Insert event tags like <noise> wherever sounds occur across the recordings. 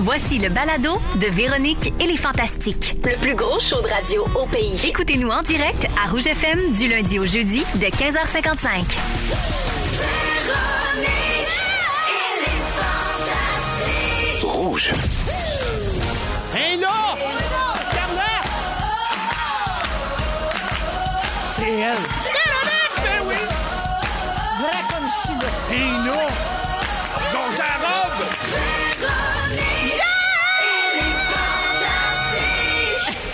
Voici le balado de Véronique et les Fantastiques. Le plus gros show de radio au pays. Écoutez-nous en direct à Rouge FM du lundi au jeudi de 15h55. Rouge. Hey là! Carla! C'est elle! Ben oui! Vrai comme Shiva! Hey là! Dans sa robe!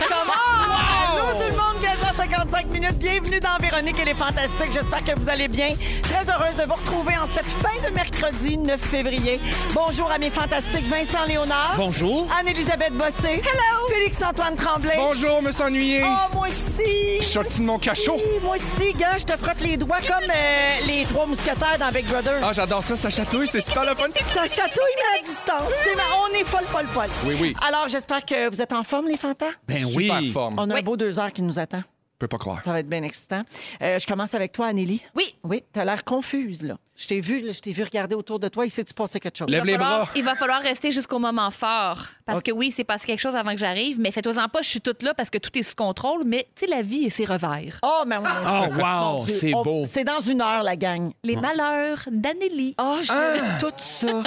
Allô tout le monde, 15h55 minutes. Bienvenue dans Véronique et les Fantastiques. J'espère que vous allez bien. Très heureuse de vous retrouver en cette fin de mercredi 9 février. Bonjour à mes fantastiques Vincent Léonard. Bonjour. Anne-Elisabeth Bossé. Hello. Félix-Antoine Tremblay. Bonjour, me s'ennuyer. Oh, moi aussi. Je suis sorti de mon cachot. Moi aussi, gars, je te frotte les doigts comme euh, les trois mousquetaires dans Big Brother. Ah, j'adore ça, ça chatouille, c'est super le fun. Ça chatouille, mais à distance. C'est ma- On est folle, folle, folle. Oui, oui. Alors, j'espère que vous êtes en forme, les fantas. Ben super forme. On a un beau deux heures qui nous attend. Je peux pas croire. Ça va être bien excitant. Euh, je commence avec toi, Anélie. Oui. Oui, t'as l'air confuse, là. Je t'ai vu, là, je t'ai vu regarder autour de toi. Il s'est-tu passé quelque chose? Lève les bras. Il va falloir rester jusqu'au moment fort. Parce que oui, c'est passé quelque chose avant que j'arrive, mais fais-toi-en pas, je suis toute là parce que tout est sous contrôle, mais tu sais, la vie et ses revers. Oh, mais Oh, wow, c'est beau. C'est dans une heure, la gang. Les malheurs d'Anélie. Oh, j'ai tout ça.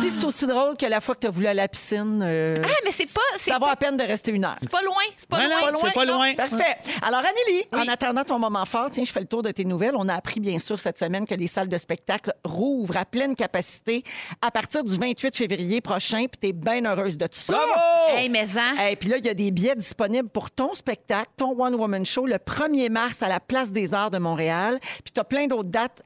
Si c'est aussi drôle que la fois que t'as voulu à la piscine, euh, Ah, mais c'est pas. C'est ça vaut à peine de rester une heure. c'est pas loin. C'est pas Ah Non, loin. non, c'est pas non. loin. Parfait. Alors, Anélie, en attendant ton moment fort, tiens, je fais le tour de tes nouvelles. On a appris, bien sûr, cette semaine que les salles de spectacle rouvrent à pleine capacité à partir du 28 février prochain, puis t'es bien heureuse de tout ça. Hey, mais hein. Et puis là, il y a des billets disponibles pour ton spectacle, ton One Woman Show, le 1er mars à la Place des Arts de Montréal. Puis tu as plein d'autres dates,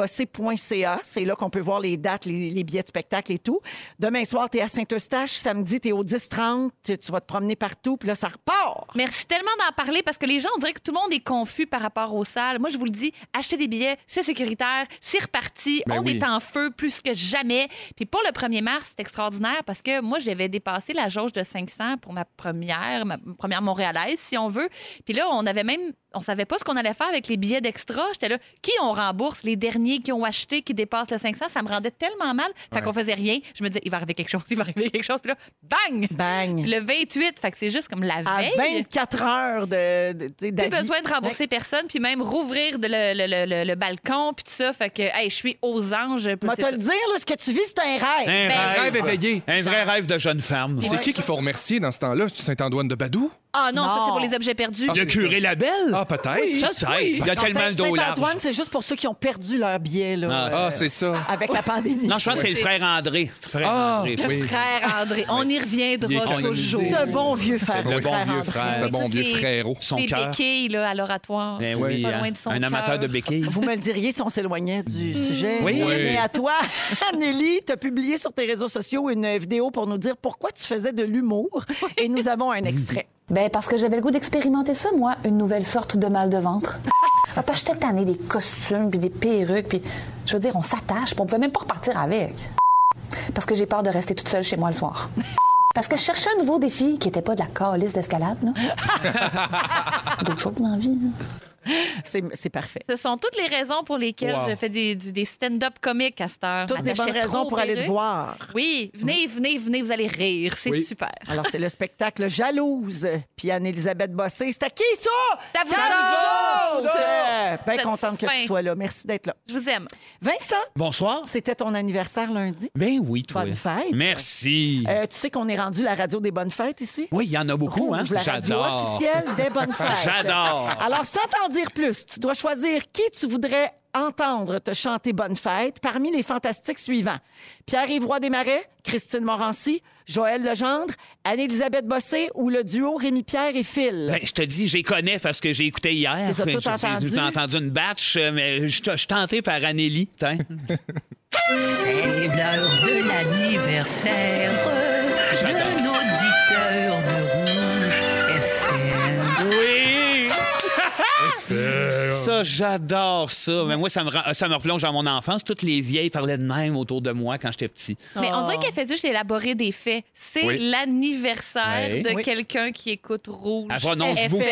anne-elisabethbossé.ca. C'est là qu'on peut voir les dates, les, les billets de spectacle et tout. Demain soir, tu es à Saint-Eustache. Samedi, tu es au 10-30. Tu tu vas te promener partout. Puis là, ça repart. Merci tellement d'en parler parce que les gens, on dirait que tout le monde est confus par rapport aux salles. Moi, je vous le dis, achetez des billets, c'est sécuritaire, c'est reparti, Ben on oui. est en feu plus que jamais. Puis pour le 1er mars, c'est extraordinaire parce que moi, j'avais dépassé la jauge de 500 pour ma première, ma première montréalaise, si on veut. Puis là, on avait même, on savait pas ce qu'on allait faire avec les billets d'extra. J'étais là, qui on rembourse? Les derniers qui ont acheté, qui dépassent le 500, ça me rendait tellement mal. Fait qu'on faisait rien. Je me disais, il va arriver quelque chose, <laughs> il va arriver quelque chose. Puis là, bang! Bang. Puis le 28, fait que c'est juste comme la À veille. 24 heures de, de, tu Plus sais, d'avis. besoin de rembourser personne, puis même rouvrir de le, le- le- le- le balcon, puis tout ça. Fait que, hey, je suis aux anges. puis Moi, c'est te ça. le dire, là, ce que tu vis, c'est un rêve. Un Un rêve rêve. éveillé. Un vrai rêve de jeune femme. C'est qui qu'il faut remercier dans ce temps-là? C'est Saint-Antoine de Badou? Ah non, ça, Non. c'est pour les objets perdus. Ah, Le curé Labelle? Ah, peut-être. Ça, ça aide. Il y a tellement le dos large. Saint-Antoine, c'est juste pour ceux qui ont perdu leur billet là, Ah, euh, Ah, c'est ça. avec la pandémie. Non, je pense que c'est le frère André. Le frère Ah, André. Le oui. frère André, on Il y est reviendra ce canonisé. jour. Ce bon vieux frère. Le bon frère vieux André. frère. Le bon Toutes vieux les- frérot. Son les cœur. béquilles là, à l'oratoire. Ben Pas oui, loin de son un amateur de cœur. béquilles. Vous me le diriez si on s'éloignait Mm. du sujet. Oui. Mais- Oui. Mais à toi, <laughs> Anneli, tu as publié sur tes réseaux sociaux une vidéo pour nous dire pourquoi tu faisais de l'humour. Et nous avons <laughs> un extrait. Ben, parce que j'avais le goût d'expérimenter ça, moi, une nouvelle sorte de mal de ventre. <laughs> Ah, Parce que j'étais tannée des costumes, puis des perruques, puis je veux dire, on s'attache, puis on pouvait même pas repartir avec. Parce que j'ai peur de rester toute seule chez moi le soir. <laughs> Parce que je cherchais un nouveau défi qui était pas de la calice d'escalade, <laughs> non? D'autres choses dans la vie, là. C'est c'est parfait. Ce sont toutes les raisons pour lesquelles Wow. je fais des, du- des stand-up comiques à cette heure. Toutes des bonnes M'attachais raisons Ah, trop pour aux aller te perruques. voir. Oui, venez, venez, venez, vous allez rire. C'est Oui. super. Alors, c'est le spectacle Jalouse. Puis Anne-Elisabeth Bossé, c'est à qui ça? Ça vous vous saute! autres! Bien Cette contente que fin. tu sois là. Merci d'être là. Je vous aime. Vincent, Bonsoir. c'était ton anniversaire lundi. Ben oui, toi. Bonne fête. Merci. Euh, tu sais qu'on est rendu la radio des bonnes fêtes ici? Oui, il y en a beaucoup, hein? Rouge, la radio J'adore. officielle des bonnes fêtes. J'adore. Alors, sans t'en dire plus, tu dois choisir qui tu voudrais entendre te chanter Bonne fête parmi les fantastiques suivants. Pierre-Yves Roy Desmarais, Christine Morancy, Joël Legendre, Anne-Élisabeth Bossé ou le duo Rémi-Pierre et Phil. Ben, je te dis, j'ai connais parce que j'ai écouté hier. Les as toutes J'ai- entendues? J'ai entendu une batch, euh, mais je je suis tenté par Anneli. tiens. C'est l'heure de l'anniversaire de l'auditeur de Rouge FM. Oui! ça, j'adore ça. Mais moi, ça me, rend- ça me replonge à mon enfance. Toutes les vieilles parlaient de même autour de moi quand j'étais petit. Mais on dirait qu'elle fait juste élaborer des faits. C'est Oui. l'anniversaire Oui. de Oui. quelqu'un qui écoute Rouge. Elle prononce FM. beaucoup.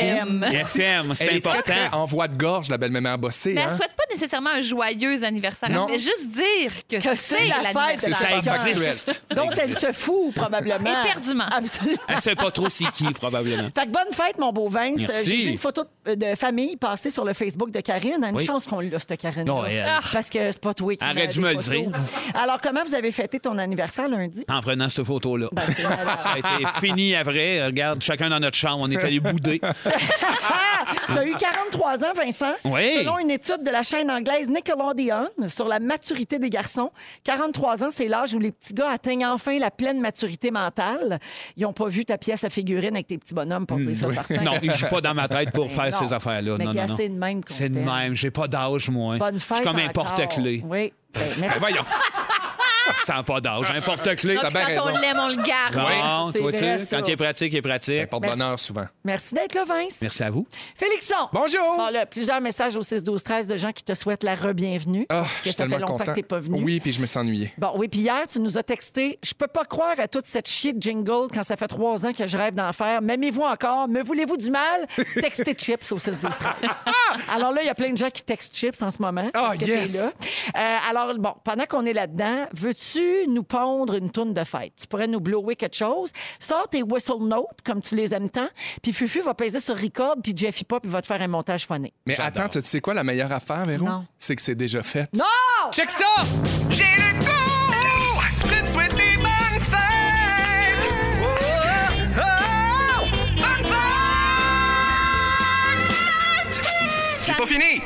hein. FM, c'est Elle est très, très important. en voix de gorge, la belle-mère bossée. Ben, Mais elle hein? souhaite pas nécessairement un joyeux anniversaire. Non. Elle fait juste dire que, c'est la fête de C'est l'anniversaire. Ça la- super D'accord. existe. Ça Donc, elle existe. se fout probablement. Éperdument. Absolument. Elle sait pas trop c'est qui, probablement. Fait que bonne fête, mon beau Vince. Euh, Merci. J'ai vu une photo de de famille passée sur le Facebook de Karine. Une Oui. chance qu'on l'a, cette Karine. Non, elle. Parce que c'est pas toi qui Arrête mets de me des le photos. Alors, comment vous avez fêté ton anniversaire <laughs> lundi? En <laughs> prenant cette photo-là. Ben, c'est malade. Ça a été fini après. Regarde, chacun dans notre chambre, on est allé bouder. T'as eu 43 ans, Vincent. Oui. Selon une étude de la chaîne anglaise Nickelodeon sur la maturité des garçons, 43 ans, c'est l'âge où les petits gars atteignent enfin la pleine maturité mentale. Ils n'ont pas vu ta pièce à figurine avec tes petits bonhommes pour dire ça, certain. Mm, Non, il joue pas dans ma tête pour faire non. ces affaires-là. Mais Non, gars, non, non. c'est de même qu'on C'est de t'aime. même. J'ai pas d'âge, moi. Bonne fête. Je suis comme un encore. porte-clés. Oui. Ben, Ben merci. voyons, Sans pas <laughs> d'âge. Un porte-clés. Non, T'as puis bien quand raison. on l'aime, on le garde. Non, C'est toi, tu sais, vrai, ça. quand il est pratique, il est pratique. porte Ben, bonheur souvent. Merci d'être là, Vince. Merci à vous. Félixon. Bonjour. Bon, là, plusieurs messages au 6-12-13 de gens qui te souhaitent la re-bienvenue. Ah, je parce que suis ça fait tellement longtemps content. que t'es pas venu. Oui, puis je me sens ennuyé. Bon, oui, puis hier, tu nous as texté Je peux pas croire à toute cette shit jingle quand ça fait trois ans que je rêve d'en faire. M'aimez-vous encore Me voulez-vous du mal <laughs> Textez Chips au 6 12 13. Alors là, il y a plein de gens qui textent Chips en ce moment. Ah, parce que t'es yes. là. Euh, alors, bon, pendant qu'on est là-dedans, veux-tu nous pondre une toune de fête Tu pourrais nous blower quelque chose. Sors tes whistle notes, comme tu les aimes tant, puis Fufu va peser sur record, puis Jeffy Pop il va te faire un montage phoné. Mais attends, tu sais quoi la meilleure affaire, Véro? Non. C'est que c'est déjà fait. Non Check ça! J'ai le goût de te souhaiter bonne fête. Oh, oh, oh, bonne fête. J'ai pas fini.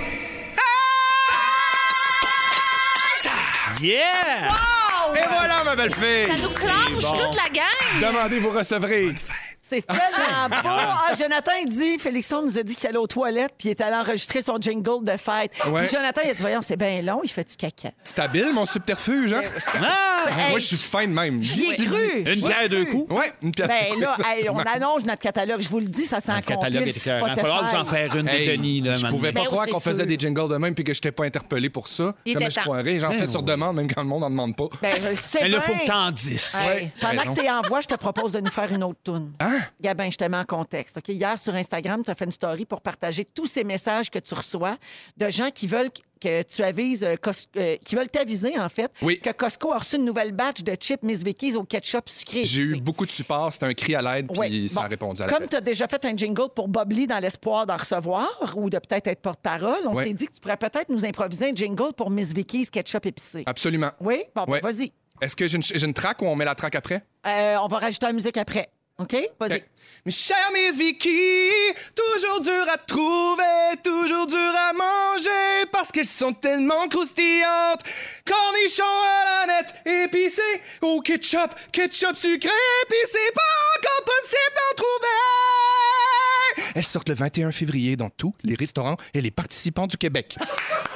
Ah! Yeah! Et voilà, ma belle Ça fille! nous clenche bon. toute la gang. Demandez, vous recevrez. C'est tellement beau! Ah, Jonathan, il dit, Félixon nous a dit qu'il allait aux toilettes puis il est allé enregistrer son jingle de fête. Ouais. Puis Jonathan, il a dit, voyons, c'est bien long, il fait du caca. C'est habile, mon subterfuge, hein? Ah! Moi, je suis fin de même. J'y ai cru! Une pierre deux coups. Ouais, une pièce. Ben là, hey, on Exactement. annonge notre catalogue, je vous le dis, ça s'en Le catalogue est écœurant. Il va falloir nous en faire une Hey, de Denis. Là, je maintenant. pouvais pas Ben, croire c'est qu'on faisait sûr. des jingles de même puis que je t'ai pas interpellé pour ça. Il Jamais était je temps. croirais. Ben J'en fais sur demande, même quand le monde en demande pas. Ben, je le sais Mais Eh, là, il bien. faut que t'en disses. Hey, Ouais, pendant raison. que t'es en voix, je te propose de nous faire une autre toune. Hein? Gabin, je te mets en contexte. OK? Hier, sur Instagram, tu as fait une story pour partager tous ces messages que tu reçois de gens qui veulent que tu avises, euh, Cos- euh, qui veulent t'aviser, en fait, Oui. que Costco a reçu une nouvelle batch de chips Miss Vicky's au ketchup sucré. J'ai eu C'est- beaucoup de support. C'était un cri à l'aide, puis Ouais, ça bon. a répondu à la Comme tu as déjà fait un jingle pour Bob Lee dans l'espoir d'en recevoir ou de peut-être être porte-parole, on Ouais. s'est dit que tu pourrais peut-être nous improviser un jingle pour Miss Vicky's ketchup épicé. Absolument. Oui? Bon, ben, Ah. Ouais. vas-y. Est-ce que j'ai une, j'ai une track ou on met la track après? Euh, on va rajouter la musique après. OK? Vas-y. Ok. Mes chères Miss Vicky, toujours dur à trouver, toujours dur à manger, parce qu'elles sont tellement croustillantes. Cornichons à la nette, épicés, au ketchup, ketchup sucré, épicé, pas encore possible d'en trouver! Elles sortent le 21 février dans tous les restaurants et les participants du Québec.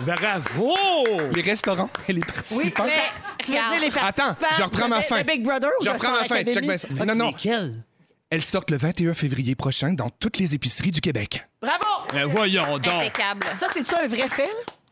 Bravo! Les restaurants et les participants. mais- Tu veux Regarde. dire les participants Attends, je reprends ma de- fin. de Big Brother ou Je de reprends Star ma fin. Academy? Check bien ça. Non, non. Lesquels? Elles sortent le 21 février prochain dans toutes les épiceries du Québec. Bravo! Ben voyons donc. Impeccable. Ça, c'est-tu un vrai film?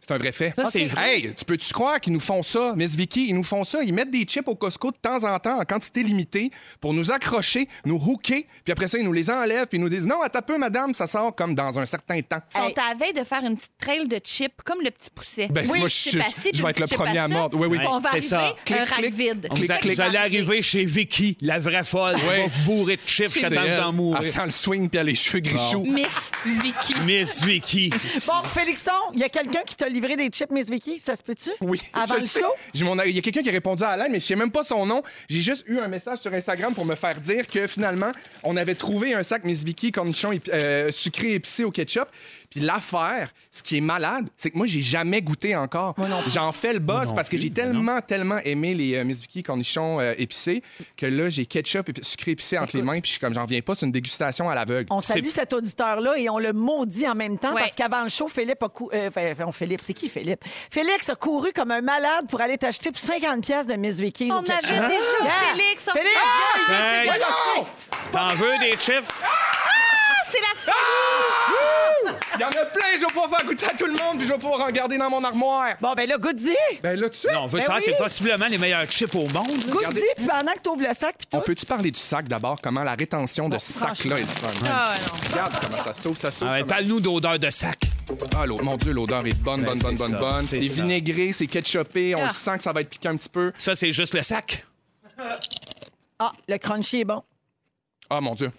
C'est un vrai fait. Ça, c'est vrai. Hey, tu peux-tu croire qu'ils nous font ça, Miss Vicky? Ils nous font ça. Ils mettent des chips au Costco de temps en temps en quantité limitée pour nous accrocher, nous hooker, puis après ça, ils nous les enlèvent, puis ils nous disent non, attends un peu, madame, ça sort comme dans un certain temps. Ils sont Hey. à la veille de faire une petite trail de chips, comme le petit pousset. Ben, moi, je- chip à je- ci, je vais puis être le chip premier à à ça. mordre. Oui, oui. On va C'est arriver ça. un Clic, rack clic. vide. Vous, a- vous allez arriver chez Vicky, la vraie folle, Ouais. Ah, va bourrer de chips jusqu'à temps que elle. d'en Elle mourir. sent le swing, puis elle a les cheveux gris chauds. Miss Vicky. Miss <laughs> Vicky. Bon, Félixon, il y a quelqu'un qui t'a livré des chips Miss Vicky, ça se peut-tu? Oui. <laughs> Avant je le sais. show? J'ai mon- Il y a quelqu'un qui a répondu à Alain, mais je sais même pas son nom. J'ai juste eu un message sur Instagram pour me faire dire que finalement, on avait trouvé un sac Miss Vicky cornichon épi- euh, sucré épicé au ketchup. Puis l'affaire, ce qui est malade, c'est que moi, j'ai jamais goûté encore. J'en fais le boss parce que j'ai tellement, tellement aimé les euh, Miss Vicky cornichon euh, épicé que là, j'ai ketchup et sucré épicé entre les mains. Puis je suis comme, j'en viens pas, c'est une dégustation à l'aveugle. On C'est- salue cet auditeur-là et on le maudit en même temps Ouais. parce qu'avant le show, Philippe a cou... euh, enfin, enfin, Philippe, c'est qui Philippe? Félix a couru comme un malade pour aller t'acheter pour 50 pièces de Miss Vicky. On au ketchup. Hein? avait déjà Félix, on- Ah. Félix! Ah! Hein? Hey, Voyons! T'en veux des chips? C'est la fin. Il y en a plein, je vais pouvoir faire goûter à tout le monde, puis je vais pouvoir en garder dans mon armoire. Bon, ben là, goody! Ben là, tu Non, on veut Ben savoir, oui. c'est possiblement les meilleurs chips au monde. là. Goody, puis pendant que t'ouvres le sac, puis tout. On peut-tu parler du sac d'abord? Comment la rétention de ce sac-là est le fun? Ah, ouais, non. Regarde comment ça sauve, ça sauve. Ah ouais, comment- Parle-nous d'odeur de sac. Ah, l'eau- mon Dieu, l'odeur est bonne, Ouais, bonne, Ben, c'est bonne, bonne, ça, bonne. C'est c'est ça. vinaigré, c'est ketchupé, on le Ah. sent que ça va être piqué un petit peu. Ça, c'est juste le sac. Ah, le crunchy est bon. Ah, mon Dieu.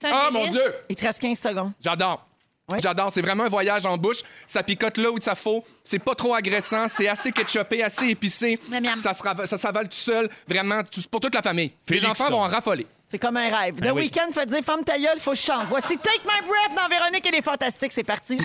C'est un Ah, mon délice. Dieu! Il te reste 15 secondes. J'adore. Ouais. J'adore, c'est vraiment un voyage en bouche. Ça picote là où ça faut. C'est pas trop agressant, c'est assez ketchupé, assez épicé. Miam, miam. Ça, se rava- ça s'avale tout seul, vraiment, tout- pour toute la famille. Les Félix, enfants ça. vont en raffoler. C'est comme un rêve. Ben Le oui. week-end, fait dire femme ta gueule, faut que je chante. Voici Take My Breath dans Véronique et les Fantastiques. C'est parti.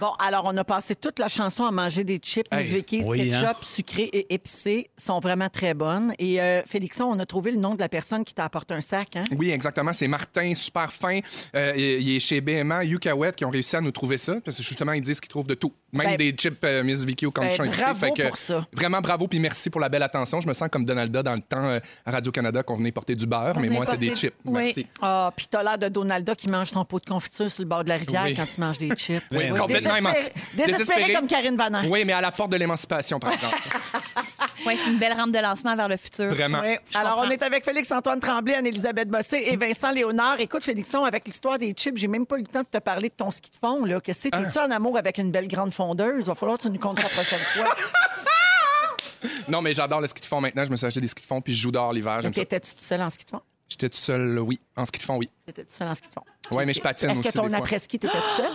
Bon, alors, on a passé toute la chanson à manger des chips. Hey, les Vickies, oui, hein. ketchup, sucrées et épicées sont vraiment très bonnes. Et euh, Félixon, on a trouvé le nom de la personne qui t'a apporté un sac. Hein? Oui, exactement. C'est Martin, super fin. Euh, il il est chez BMA, Yukawet, qui ont réussi à nous trouver ça. Parce que justement, ils disent qu'ils trouvent de tout. Même Ben, des chips euh, Miss Vicky au ben, cornichon épicé. bravo Fait que, pour ça. Vraiment bravo, puis merci pour la belle attention. Je me sens comme Donalda dans le temps euh, à Radio-Canada qu'on venait porter du beurre, mais venait moi, c'est des porter- chips. Oui. Merci. Ah, puis t'as l'air de Donalda qui mange son pot de confiture sur le bord de la rivière Oui. quand tu <laughs> manges des chips. Oui, complètement émancipé. désespéré, désespéré comme Karine Vanasse. Oui, mais à la force de l'émancipation, par exemple. <laughs> Ouais, c'est une belle rampe de lancement vers le futur. Vraiment. Oui. Je Alors, on comprends. est avec Félix-Antoine Tremblay, Anne-Elisabeth Bossé et Vincent Léonard. Écoute, Félixon, avec l'histoire des chips, j'ai même pas eu le temps de te parler de ton ski de fond. Là. Qu'est-ce Ah. que c'est? tu en amour avec une belle grande fondeuse? Va falloir que tu nous comptes <laughs> la prochaine fois. Non, mais j'adore le ski de fond maintenant. Je me suis acheté des skis de fond, puis je joue dehors l'hiver. J'aime Ok, ça. T'étais-tu tout seul en ski de fond? J'étais tout seul, oui. En ski de fond, oui. T'étais tout seul en ski de fond. Ouais, mais je patine Est-ce aussi. que ton des fois. après-ski, t'étais <gasps> tout seul?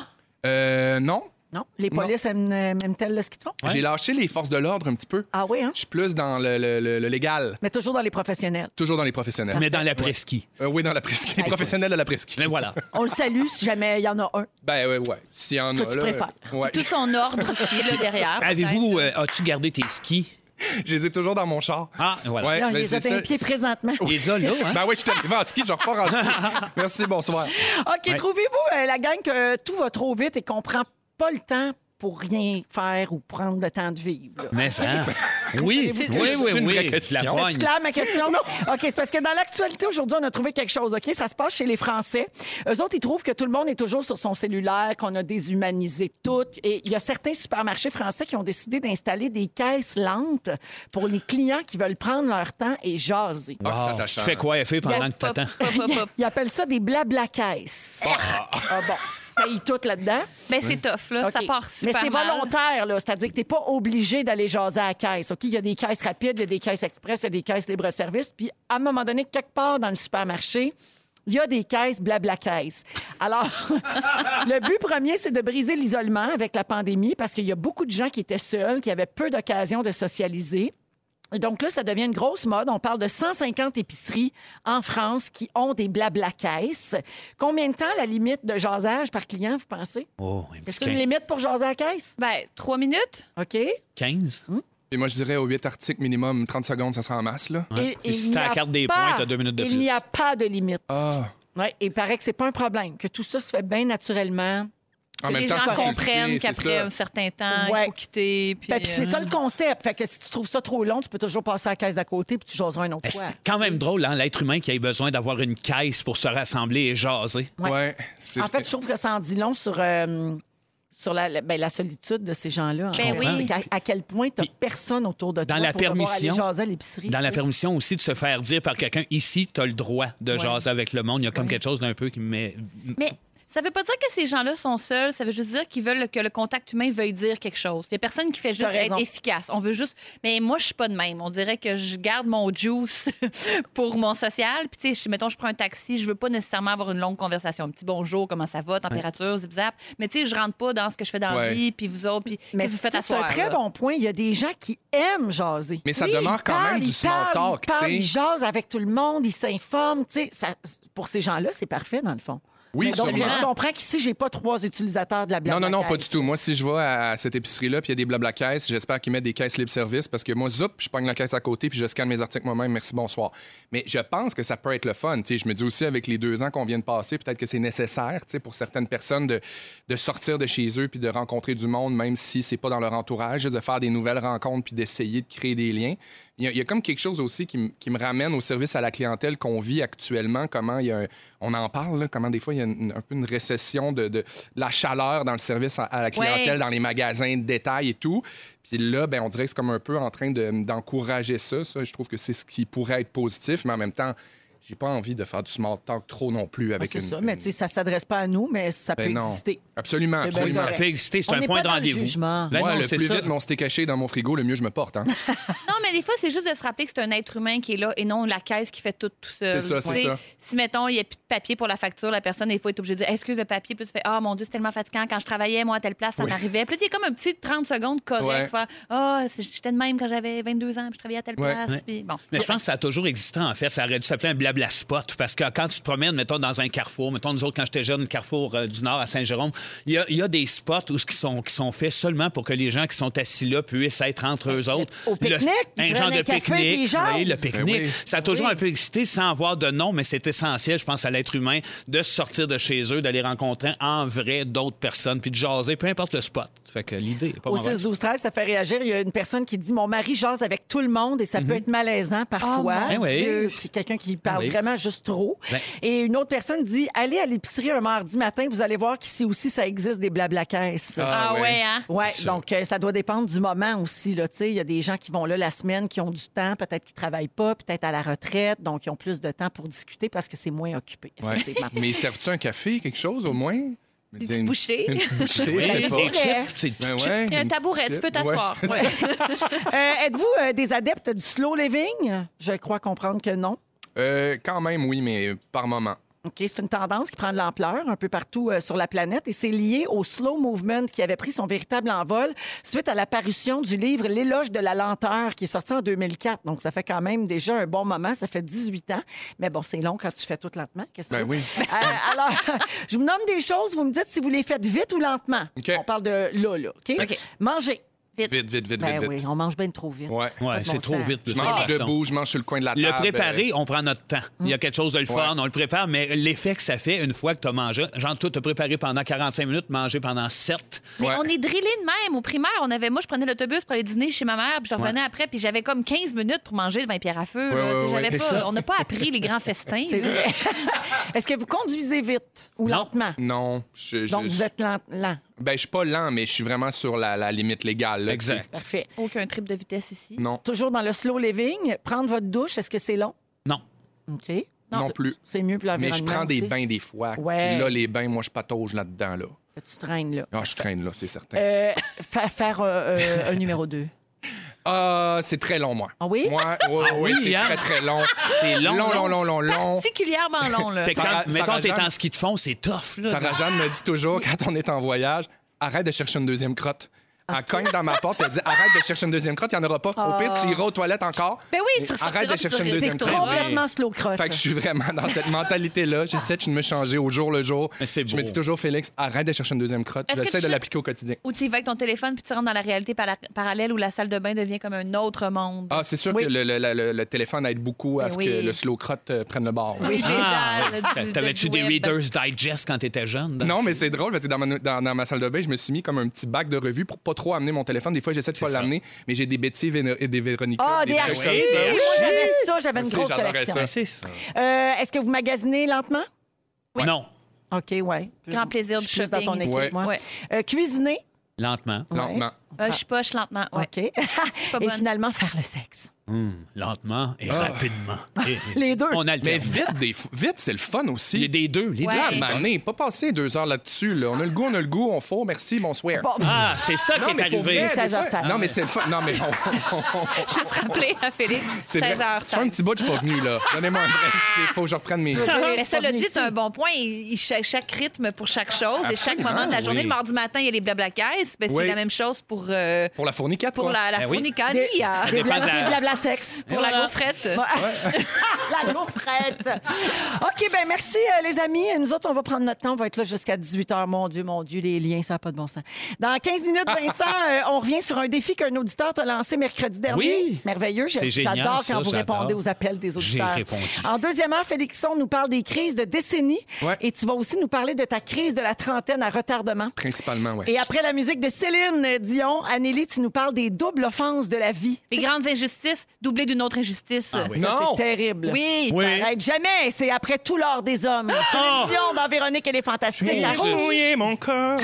Euh, non. Non. Les Non. polices aiment- aiment-elles le ski de fond? J'ai lâché les forces de l'ordre un petit peu. Ah oui, hein? Je suis plus dans le, le- le- le légal, Mais toujours dans les professionnels. toujours dans les professionnels. Mais dans la presqu'île. Euh, oui, dans la presqu'île. Les professionnels de la presqu'île. Mais <laughs> voilà. On le salue si jamais il y en a un. Ben ouais, ouais. S'il y en Toi, a, tu là, préfères. euh, ouais. Tout son ordre qui est là derrière. <laughs> Avez-vous, euh, as-tu gardé tes skis? <laughs> Je les ai toujours dans mon char. Ah, voilà. Ouais, Là, il ben, les c'est a dans ça. les <laughs> pieds présentement. Les a là, hein? Ben oui, je suis arrivé en ski, je repars en ski. Merci, bonsoir. OK, trouvez-vous, euh, la gang, que tout va trop vite et qu'on prend pas le temps pour rien faire ou prendre le temps de vivre. là? Mais ça. Oui, oui, que oui, c'est une vraie oui. question? La C'est poigne. clair, ma question? OK, c'est parce que dans l'actualité aujourd'hui, on a trouvé quelque chose, OK? Ça se passe chez les Français. Eux autres, ils trouvent que tout le monde est toujours sur son cellulaire, qu'on a déshumanisé tout. Et il y a certains supermarchés français qui ont décidé d'installer des caisses lentes pour les clients qui veulent prendre leur temps et jaser. Ah, c'est Wow. attachant. Tu fais quoi, F.A. pendant Pop, que t'attends? pop, pop, <laughs> pop. Ils appellent ça des blabla caisses. Ah bon, paye tout là-dedans. Ben, c'est tough, là. Ça OK. part super Mais c'est mal. volontaire, là. C'est-à-dire que t'es pas obligé d'aller jaser à la caisse. OK? Il y a des caisses rapides, il y a des caisses express, il y a des caisses libre-service. Puis, à un moment donné, quelque part dans le supermarché, il y a des caisses blabla caisses. Alors, <laughs> le but premier, c'est de briser l'isolement avec la pandémie parce qu'il y a beaucoup de gens qui étaient seuls, qui avaient peu d'occasion de socialiser. Et Donc là, ça devient une grosse mode. On parle de 150 épiceries en France qui ont des blabla caisses. Combien de temps la limite de jasage par client, vous pensez? Oh, un petit Est-ce qu'il y a une limite pour jaser à la caisse? Ben, trois minutes? OK. quin- 15. Et moi, je dirais aux 8 articles minimum, 30 secondes, ça sera en masse, là. Et, Et si il t'as n'y la a carte des pas- points, t'as deux minutes de Il plus. n'y a pas de limite. Ah. Ouais, et il paraît que c'est pas un problème, que tout ça se fait bien naturellement. En les c'est gens ça, tu le sais, comprennent c'est qu'après ça. un certain temps, Ouais. il faut quitter. Puis, euh, Ben, puis c'est ça le concept. Fait que si tu trouves ça trop long, tu peux toujours passer à la caisse à côté puis tu jaseras un autre Ben, fois. C'est quand même drôle, hein, l'être humain qui a besoin d'avoir une caisse pour se rassembler et jaser. Ouais. Ouais. En fait, je trouve que ça en dit long sur, euh, sur la, la- ben, la solitude de ces gens-là. en Ben fait. oui. C'est qu'à- à, quel point tu personne autour de dans toi la pour devoir permission- aller jaser à l'épicerie. Dans la tu sais. permission aussi de se faire dire par quelqu'un, ici, t'as le droit de jaser avec le monde. Il y a comme quelque chose d'un peu qui me met. Ben, Mais ça veut pas dire que ces gens-là sont seuls. Ça veut juste dire qu'ils veulent que le contact humain veuille dire quelque chose. Il y a personne qui fait juste T'as raison. être efficace. On veut juste. Mais moi, je suis pas de même. On dirait que je garde mon juice <laughs> pour mon social. Puis, tu sais, je- mettons, je prends un taxi. Je veux pas nécessairement avoir une longue conversation. Un petit bonjour, comment ça va, température, zip-zap. Mais, tu sais, je rentre pas dans ce que je fais dans la Ouais. vie. Puis, vous autres, puis, Mais qu'est-ce que vous faites à c'est un soir, très là? bon point. Il y a des gens qui aiment jaser. Mais ça Oui, demeure ils quand même parlent, du ils small parlent, talk, Ils parlent, tu sais. ils jasent avec tout le monde, ils s'informent. tu sais, ça- Pour ces gens-là, c'est parfait, dans le fond. Oui, Mais donc, sûrement. je comprends qu'ici, j'ai pas trois utilisateurs de la blague. Non, non, non, pas du tout. Moi, si je vais à cette épicerie-là, puis il y a des blabla caisses, j'espère qu'ils mettent des caisses libre-service parce que moi, zoup, je pogne la caisse à côté, puis je scanne mes articles moi-même. Merci, bonsoir. Mais je pense que ça peut être le fun. Tu sais, je me dis aussi, avec les deux ans qu'on vient de passer, peut-être que c'est nécessaire tu sais, pour certaines personnes de, de sortir de chez eux puis de rencontrer du monde, même si c'est pas dans leur entourage, juste de faire des nouvelles rencontres puis d'essayer de créer des liens. Il y, a, il y a comme quelque chose aussi qui, me- qui me ramène au service à la clientèle qu'on vit actuellement, comment il y a un- on en parle, là, comment des fois il y a y a une- un peu une récession de, de la chaleur dans le service à, à la clientèle, Ouais. dans les magasins de détail et tout. Puis là, ben, on dirait que c'est comme un peu en train de- d'encourager ça. Ça, je trouve que c'est ce qui pourrait être positif, mais en même temps, j'ai pas envie de faire du small talk trop non plus avec ben, Ah, c'est une- ça, mais une- tu sais, ça s'adoresse s'adresse pas à nous, mais ça peut Ben non. exister. Absolument, C'est bien absolument. Ça correct. peut exister, c'est On un n'est point pas de dans le rendez-vous. jugement. Ben Moi, non, le c'est plus ça. vite mon steak caché dans mon frigo, le mieux je me porte. hein. <laughs> Non, mais des fois, c'est juste de se rappeler que c'est un être humain qui est là et non la caisse qui fait tout tout seul. C'est ça, c'est Tu sais, ça. Si, mettons, il n'y a plus de papier pour la facture, la personne, des fois, est obligée de dire Excuse le papier, puis tu fais Ah, mon Dieu, c'est tellement fatigant. Quand je travaillais, moi, à telle place, ça m'arrivait. Puis là, il y a comme un petit 30 secondes Ouais. correct. faire, Ah, c'est- j'étais de même quand j'avais 22 ans, puis je travaillais à telle Ouais. place. Ouais. Puis bon. Mais je pense que ça a toujours existé, en fait. Ça aurait dû s'appeler un blabla spot. Parce que quand tu te promènes, mettons, dans un carrefour, mettons, nous autres, quand j'étais jeune, le carrefour euh, du Nord à Saint-Jérôme, il y a, il y a des spots où ce qui sont, qui sont faits seulement pour que les gens qui sont assis là puissent être entre eux autres. Euh, Au pique-nique, ils un prennent genre un de café, puis ils pique-nique. jasent. oui, le Ben pique-nique. oui. Ça a toujours un peu existé sans avoir de nom, mais c'est essentiel, je pense, à l'être humain de sortir de chez eux, d'aller rencontrer en vrai d'autres personnes, puis de jaser, peu importe le spot. Fait que l'idée est pas Au mauvaise. 6 12 13 ça fait réagir. Il y a une personne qui dit Mon mari jase avec tout le monde et ça peut être malaisant parfois. Mm-hmm. Oh, mon Dieu, Dieu. qui- Quelqu'un qui parle oui. vraiment juste trop. Ben. Et une autre personne dit Allez à l'épicerie un mardi matin, vous allez voir qu'ici aussi, ça existe des blabla caisses. Ah, Ah ouais. ouais. hein? Ouais, donc euh, ça doit dépendre du moment aussi. là, tu sais. Il y a des gens qui vont là la semaine, qui ont du temps, peut-être qui travaillent pas, peut-être à la retraite, donc ils ont plus de temps pour discuter parce que c'est moins occupé, Ouais. effectivement. Mais servent-tu un café, quelque chose, au moins? Des petites bouchées. Une petite bouchée, je sais Des pas. chips, c'est- Ben ouais, Il y a un une petite tabouret, tu chip, peux t'asseoir. ouais. Ouais. Euh, Êtes-vous euh, des adeptes du slow living? Je crois comprendre que non. Euh, quand même, oui, mais par moment. OK, c'est une tendance qui prend de l'ampleur un peu partout euh, sur la planète et c'est lié au slow movement qui avait pris son véritable envol suite à l'apparition du livre L'éloge de la lenteur qui est sorti en 2004. Donc ça fait quand même déjà un bon moment, ça fait 18 ans, mais bon, c'est long quand tu fais tout lentement, qu'est-ce que Ben tu veux? oui. Euh, alors, <laughs> je vous nomme des choses, vous me dites si vous les faites vite ou lentement. OK. On parle de là là, OK? OK. Manger. Vite, vite, vite, Ben vite, oui, vite. on mange bien trop vite. Ouais. Ouais, de c'est bon trop sens. vite. de Je toute mange façon. debout, je mange sur le coin de la table. Le préparer, on prend notre temps. Il y a quelque chose de le fun, Ah, ben. Ouais. on le prépare, mais l'effet que ça fait une fois que tu as mangé, genre, tout te préparé pendant 45 minutes, manger pendant 7. Mais euh, Ouais. on est drillé de même. Au primaire, on avait, moi, je prenais l'autobus pour aller dîner chez ma mère, puis je revenais après, puis j'avais comme 15 minutes pour manger devant pierre à feu. Ouais, là. ouais, Tu sais, ouais, j'avais c'est pas- ça. on n'a pas appris les grands festins. C'est là. vrai. <laughs> Est-ce que vous conduisez vite ou Non. lentement? Non, je, je, Donc vous êtes lent. lent. ben, je suis pas lent, mais je suis vraiment sur la, la limite légale. là, Exact. Parfait. Aucun trip de vitesse ici. tu sais. Non, Toujours dans le slow living, prendre votre douche, est-ce que c'est long? Non. OK. non, plus. C'est mieux pour Mais l'environnement. je prends des aussi. bains des fois. Ouais. Puis là, les bains, moi, je patauge là-dedans. Là. Tu traînes, là. Ah, je traîne là, c'est certain. Euh, fa- faire euh, euh, un numéro 2. Ah, c'est très long, moi. Ah oui? Moi, ouais, ouais, oui, ouais, c'est hein? très, très long. C'est long, Long, long, long. long, long, long. Particulièrement long, là. Fait que quand, Sarah- mettons, Sarah tu es Jeanne- en ski de fond, c'est tough. Là. Sarah Jeanne me dit toujours, quand on est en voyage, arrête de chercher une deuxième crotte. Elle cogne dans ma porte, elle dit arrête de chercher une deuxième crotte, il n'y en aura pas. Au pire, tu iras aux toilettes encore. Ah. Ben oui, tu Mais ressortiras Arrête de puis tu chercher une aurais- deuxième t'es crotte. Complètement slow crotte. Ben Fait que je suis vraiment dans cette mentalité-là. J'essaie de me changer au jour le jour. Mais c'est Je me beau. dis toujours, Félix, arrête de chercher une deuxième crotte. Est-ce que J'essaie tu- de l'appliquer au quotidien. Ou tu y vas avec ton téléphone, puis tu rentres dans la réalité para- parallèle où la salle de bain devient comme un autre monde. Ah, c'est sûr Oui. que le, le- le- le téléphone aide beaucoup à Ben ce oui. que le slow crotte euh, prenne le bord. Oui, des Ah, dalles, du- T'avais-tu du des web. Reader's Digest quand tu étais jeune? dans- Non, mais c'est drôle parce que dans ma, dans- dans ma salle de bain, je me suis mis comme un petit bac de revue pour pas trop amener mon téléphone. Des fois, j'essaie de pas ça. l'amener, mais j'ai des Betty Véné- et des Véronica. Ah, des trucs comme archives! ça. oui, des Moi, archives. j'avais ça, j'avais une Aussi, grosse j'adorais collection. Ben, c'est ça. Euh, Est-ce que vous magasinez lentement? Non, OK, oui. Grand plaisir Je du suis plus dans ton shopping ici. équipe, Ouais. moi. Ouais. Euh, cuisiner? lentement. Lentement. Euh, je poche lentement. Ouais. OK. pas Et bonne. finalement, faire le sexe. Hum, lentement et <laughs> rapidement. Et- Les deux. On Ah. Mais alterne. vite, des fois- vite c'est le fun aussi. Il y a des deux. Les Ouais. deux. Ah, c'est bon. mané, pas passer deux heures là-dessus. Là. On a le goût, on a le goût, on faut. Merci, bonsoir. Bon, Ah, c'est ça qui est mais arrivé. pour vrai, des fois- 16h16. Non, mais c'est le fun. Non, <laughs> mais on- Je vais rappeler à Félix. c'est vrai. 16 h Sur un petit bout, je suis pas venu, là. Donnez-moi un break. Il faut que je reprenne mes. Mais ça, le dit, c'est un bon point. Il- il- chaque, chaque rythme pour chaque chose et chaque Absolument, moment de la journée. oui. Le mardi matin, il y a les blabla caisses. Ben, Oui. C'est la même chose pour, euh, Pour la fournie 4, pour la, la Ben oui. fournicalia, Des, des dépend de blabla, la- des blabla sexe. pour la gaufrette. <laughs> la gaufrette. OK, ben merci, euh, les amis. Nous autres, on va prendre notre temps. On va être là jusqu'à 18 h. Mon Dieu, mon Dieu, les liens, ça n'a pas de bon sens. Dans 15 <laughs> minutes, Vincent, euh, on revient sur un défi qu'un auditeur t'a lancé mercredi dernier. Oui. Merveilleux. J'ai- C'est génial, J'adore quand ça, vous j'adore. répondez aux appels des auditeurs. J'ai répondu. En deuxième heure, Félixon nous parle des crises de décennies. Ouais. Et tu vas aussi nous parler de ta crise de la trentaine à retardement. Principalement, ouais. Et après la musique de Céline Dion, Non, Anneli, tu nous parles des doubles offenses de la vie. Les grandes injustices doublées d'une autre injustice. Ah oui. Ça, Non. c'est terrible. Oui. Oui. Ça arrête jamais. C'est après tout l'or des hommes. Solution dans Véronique, elle est fantastique. Jesus. Mouillé mon corps.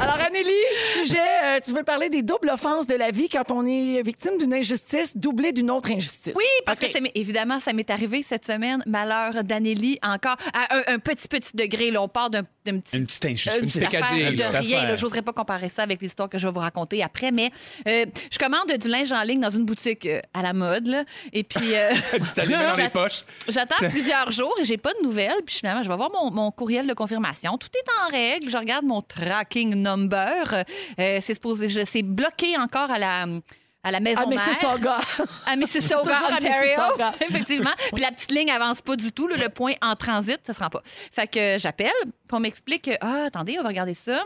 Alors, Anélie, sujet, euh, tu veux parler des doubles offenses de la vie quand on est victime d'une injustice doublée d'une autre injustice. Oui, parce OK. que ça m'est- évidemment, ça m'est arrivé cette semaine. Malheur d'Anélie, encore à un, un petit, petit degré. Là, on part d'un d'un petit. Une petite injustice. une petite Une affaire pécadille, de une petite rien. affaire. là. J'oserais pas comparer ça avec l'histoire que je vais vous raconter après, mais euh, je commande du linge en ligne dans une boutique euh, à la mode. là. et puis. <laughs> euh, T'as les mains dans <laughs> les poches. J'attends plusieurs jours et j'ai pas de nouvelles. Puis finalement, je vais voir mon, mon courriel de confirmation. Tout est en règle. Je regarde mon tracking number. Euh, c'est supposé, je- c'est bloqué encore à la à la maison Ah, mais c'est mère. son gars. <laughs> À Mississauga, Toujours à Ontario. Mississauga. <laughs> Effectivement. Puis la petite ligne avance pas du tout. là. le point en transit, ça se rend pas. Fait que euh, j'appelle. Puis on m'explique que, ah, attendez, on va regarder ça.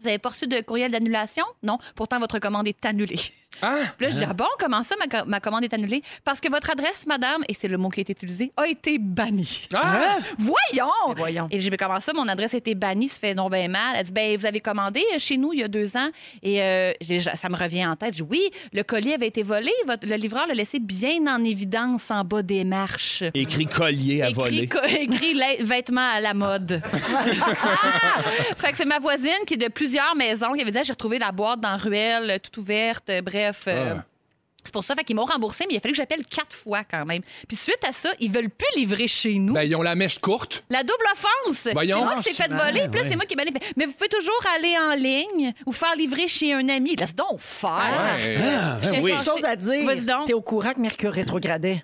Vous avez pas reçu de courriel d'annulation? Non. Pourtant, votre commande est annulée. <laughs> Hein? Puis là, je dis, ah bon, comment ça, ma, co- ma commande est annulée? Parce que votre adresse, madame, et c'est le mot qui est utilisé, a été bannie. Ah! Hein? Voyons! Mais voyons. Et j'ai dit, Ben, comment ça, mon adresse a été bannie, ça fait non ben mal. Elle dit, ben, vous avez commandé euh, chez nous il y a deux ans. Et euh, j'ai- ça me revient en tête. Je dis, oui, le colis avait été volé. Votre- le livreur l'a laissé bien en évidence en bas des marches. Écrit collier à voler. Écrit, co- écrit la- vêtements à la mode. Ah! fait que c'est ma voisine qui est de plusieurs maisons qui avait dit Ah, j'ai retrouvé la boîte dans la ruelle, euh, toute ouverte, euh, bref. euh, C'est pour ça fait qu'ils m'ont remboursé, mais il a fallu que j'appelle quatre fois quand même. Puis suite à ça, ils veulent plus livrer chez nous. Ben, ils ont la mèche courte. La double offense! Voyons. c'est moi qui s'est fait voler, puis là, c'est moi qui ai mal fait. Mais vous pouvez toujours aller en ligne ou faire livrer chez un ami. Laisse donc faire! Ah, ben J'ai oui. Quelque chose à dire. Vas-y donc. T'es au courant que Mercure rétrogradait.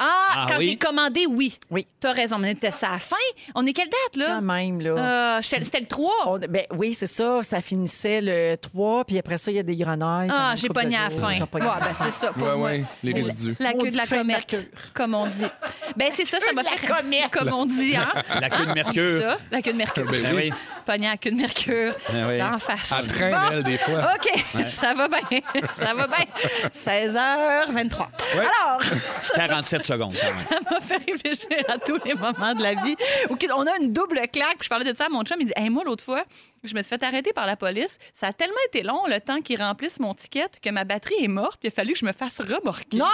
Ah, Ah quand oui? j'ai commandé, oui. Oui. T'as raison, mais c'était ça à la fin. On est quelle date, là? Quand même, là. Euh, c'était c'était le 3. On- ben, oui, c'est ça. Ça finissait le 3, puis après ça, il y a des grenades. Ah, j'ai pogné à la fin. T'as pogné Ouais, ben, c'est ça. Pour Ouais, moi. ouais, les résidus. La queue de Maudite la fin de comète, comme on dit. Ben, c'est ça, ça m'a fait. Comme on dit, hein? La queue de Hein? On mercure. dit ça, la queue de mercure. Ben Ben oui. Pogné à la queue de mercure. Ben oui. En face. Elle traîne, Bon. Ah, elle, des fois. OK, <laughs> ça va bien. ça va bien. 16h23. Alors, <laughs> 47 secondes. quand même. ça m'a fait réfléchir à tous les moments de la vie. où qu- On a une double claque. Puis Je parlais de ça à mon chum. Il dit Hey, Moi, l'autre fois, je me suis fait arrêter par la police. Ça a tellement été long, le temps qu'ils remplissent mon ticket, que ma batterie est morte. Puis il a fallu que je me fasse remorquer. Non!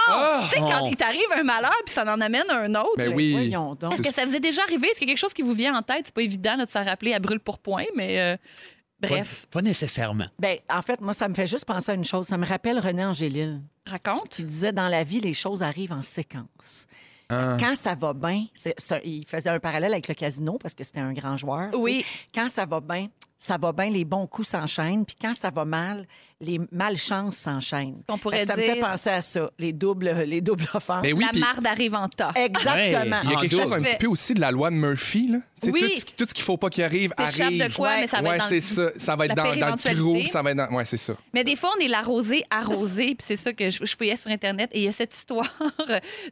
Tu sais, quand il t'arrive un malheur, puis ça en amène un autre. Ben Ah! oui. voyons donc. Est-ce que ça vous est déjà arrivé? Est-ce qu'il y a quelque chose qui vous vient en tête? C'est pas évident là, de s'en rappeler à brûle pour point, mais euh, <laughs> bref, Pas nécessairement. Ben, en fait, moi, ça me fait juste penser à une chose. Ça me rappelle René Angélil. raconte. qui disait dans la vie, les choses arrivent en séquence. Ah. Quand ça va bien, c'est- ça- il faisait un parallèle avec le casino parce que c'était un grand joueur. tu Oui. sais. Quand ça va bien, ça va bien, les bons coups s'enchaînent. Puis quand ça va mal, les malchances s'enchaînent. qu'on pourrait Fait que ça me fait dire- penser à ça, les doubles, les doubles offenses. Ben oui, la puis marde arrive en tas. Exactement. Il y a En quelque chose un double. petit peu aussi de la loi de Murphy. Là. Tu sais, Oui. Tout, ce qui- tout ce qu'il faut pas qu'il arrive T'échappes arrive. de quoi, mais ça va ouais, être dans c'est le- ça. Ça va être la dans, dans le péréventualité. trou. puis Ça va être dans... Ouais, c'est ça. Mais des fois, on est la rosée arrosée, puis c'est ça que je, je fouillais sur Internet. Et il y a cette histoire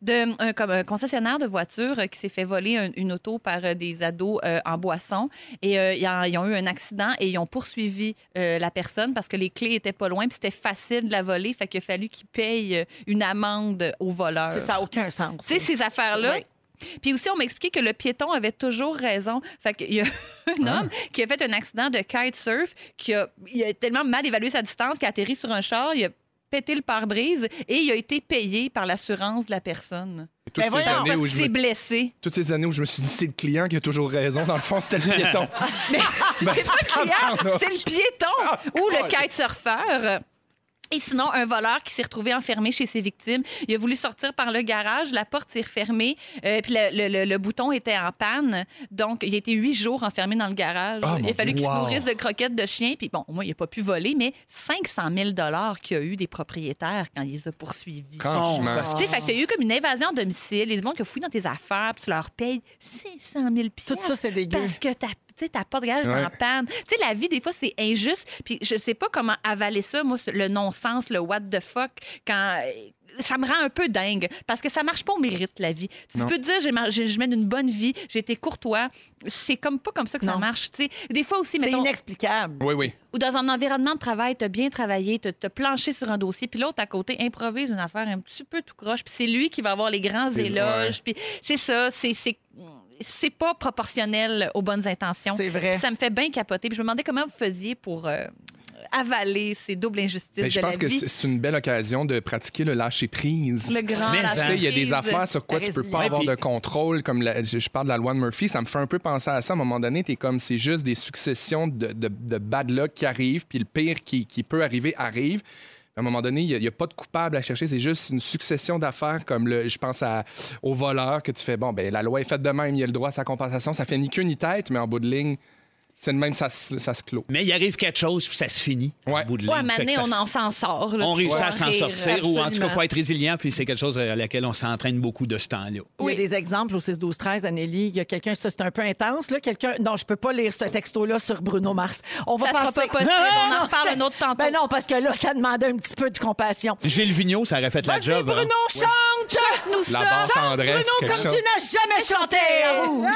d'un un, comme un concessionnaire de voiture qui s'est fait voler un- une auto par euh, des ados euh, en boisson. Et euh, ils en- ils ont eu un accident et ils ont poursuivi euh, la personne parce que les clés étaient pas loin, puis c'était facile de la voler. Fait qu'il a fallu qu'ils payent une amende au voleur. Tu sais, Ça n'a aucun sens. Tu sais, ces affaires-là. Ouais. Puis aussi, on m'expliquait que le piéton avait toujours raison. Fait qu'il y a <laughs> un Hein? homme qui a fait un accident de kitesurf, qui a, il a tellement mal évalué sa distance qu'il a atterri sur un char, il a pété le pare-brise et il a été payé par l'assurance de la personne. Et Toutes, ces Ben Parce années où qu'il je s'est me... blessé. toutes ces années où je me suis dit, c'est le client qui a toujours raison. Dans le fond, c'était le <laughs> piéton. Ben, C'est pas le client, là. c'est le piéton Ah, <laughs> ou le colle. kitesurfeur. Et sinon, un voleur qui s'est retrouvé enfermé chez ses victimes. Il a voulu sortir par le garage, la porte s'est refermée, euh, puis le, le- le- le bouton était en panne. Donc, il a été huit jours enfermé dans le garage. Ah, il mon a fallu Dieu. qu'il se Wow. nourrisse de croquettes de chien. Puis bon, au moins, il n'a pas pu voler, mais 500 000 qu'il y a eu des propriétaires quand il les a poursuivis. Franchement. Ah. Tu sais, fait qu'il y a eu comme une invasion à domicile. Ils demandent que fouillent dans tes affaires, puis tu leur payes 600 000 Tout ça, c'est dégueu. Parce que ta, tu sais, ta porte de garage est Ouais. en panne. Tu sais, la vie, des fois, c'est injuste. Puis je sais pas comment avaler ça, moi, ce- le non-sens, le what the fuck, quand... Ça me rend un peu dingue parce que ça marche pas au mérite, la vie. Tu Non. peux te dire, j'ai mar- j'ai- je mène une bonne vie, j'ai été courtois. C'est comme pas comme ça que ça Non. marche. tu sais. Des fois aussi, C'est mettons, inexplicable. Oui, oui. ou dans un environnement de travail, t'as bien travaillé, t'as t'as planché sur un dossier, puis l'autre à côté improvise une affaire un petit peu tout croche, puis c'est lui qui va avoir les grands Les- éloges, puis c'est ça, c'est c'est c'est pas proportionnel aux bonnes intentions. C'est vrai. Puis ça me fait bien capoter. Puis je me demandais comment vous faisiez pour euh, avaler ces doubles injustices Mais Ben, je de la pense que vie. c'est c'est une belle occasion de pratiquer le lâcher prise. Le grand Mais, Tu sais, hein, il y a des lâcher-prise. affaires sur quoi la tu peux pas résilience. avoir Ouais, de puis- contrôle, comme la- je, je parle de la loi de Murphy, ça me fait un peu penser à ça. À un moment donné, t'es comme, c'est juste des successions de, de, de bad luck qui arrivent, puis le pire qui, qui peut arriver arrive. À un moment donné, il n'y a, pas de coupable à chercher, c'est juste une succession d'affaires comme le, je pense à, au voleur que tu fais, bon, ben la loi est faite de même, il y a le droit à sa compensation, ça fait ni queue ni tête, mais en bout de ligne, c'est de même, ça, se- ça se clôt. Mais il arrive quelque chose, puis ça se finit. Ouais. Au bout de Ouais, à un ligne. moment Fait que donné, ça on se- en s'en sort. là, on pour réussit à en s'en rire, sortir, ou en tout cas, absolument. faut être résilient, puis c'est quelque chose euh, à laquelle on s'entraîne beaucoup de ce temps-là. Oui. Il y a des exemples au 6-12-13, Anélie. Il y a quelqu'un, ça c'est un peu intense, là. Quelqu'un. Non, je peux pas lire ce texto-là sur Bruno Mars. On va Ça sera pas passer- possible. On en reparle c'était- un autre tantôt. Ben non, parce que là, ça demandait un petit peu de compassion. Gilles Vigneault, ça aurait fait la Vas-y, job. hein. Bruno, chante! Chante-nous La barre tendresse, Bruno, quelque comme chose. tu n'as jamais chanté à rouge!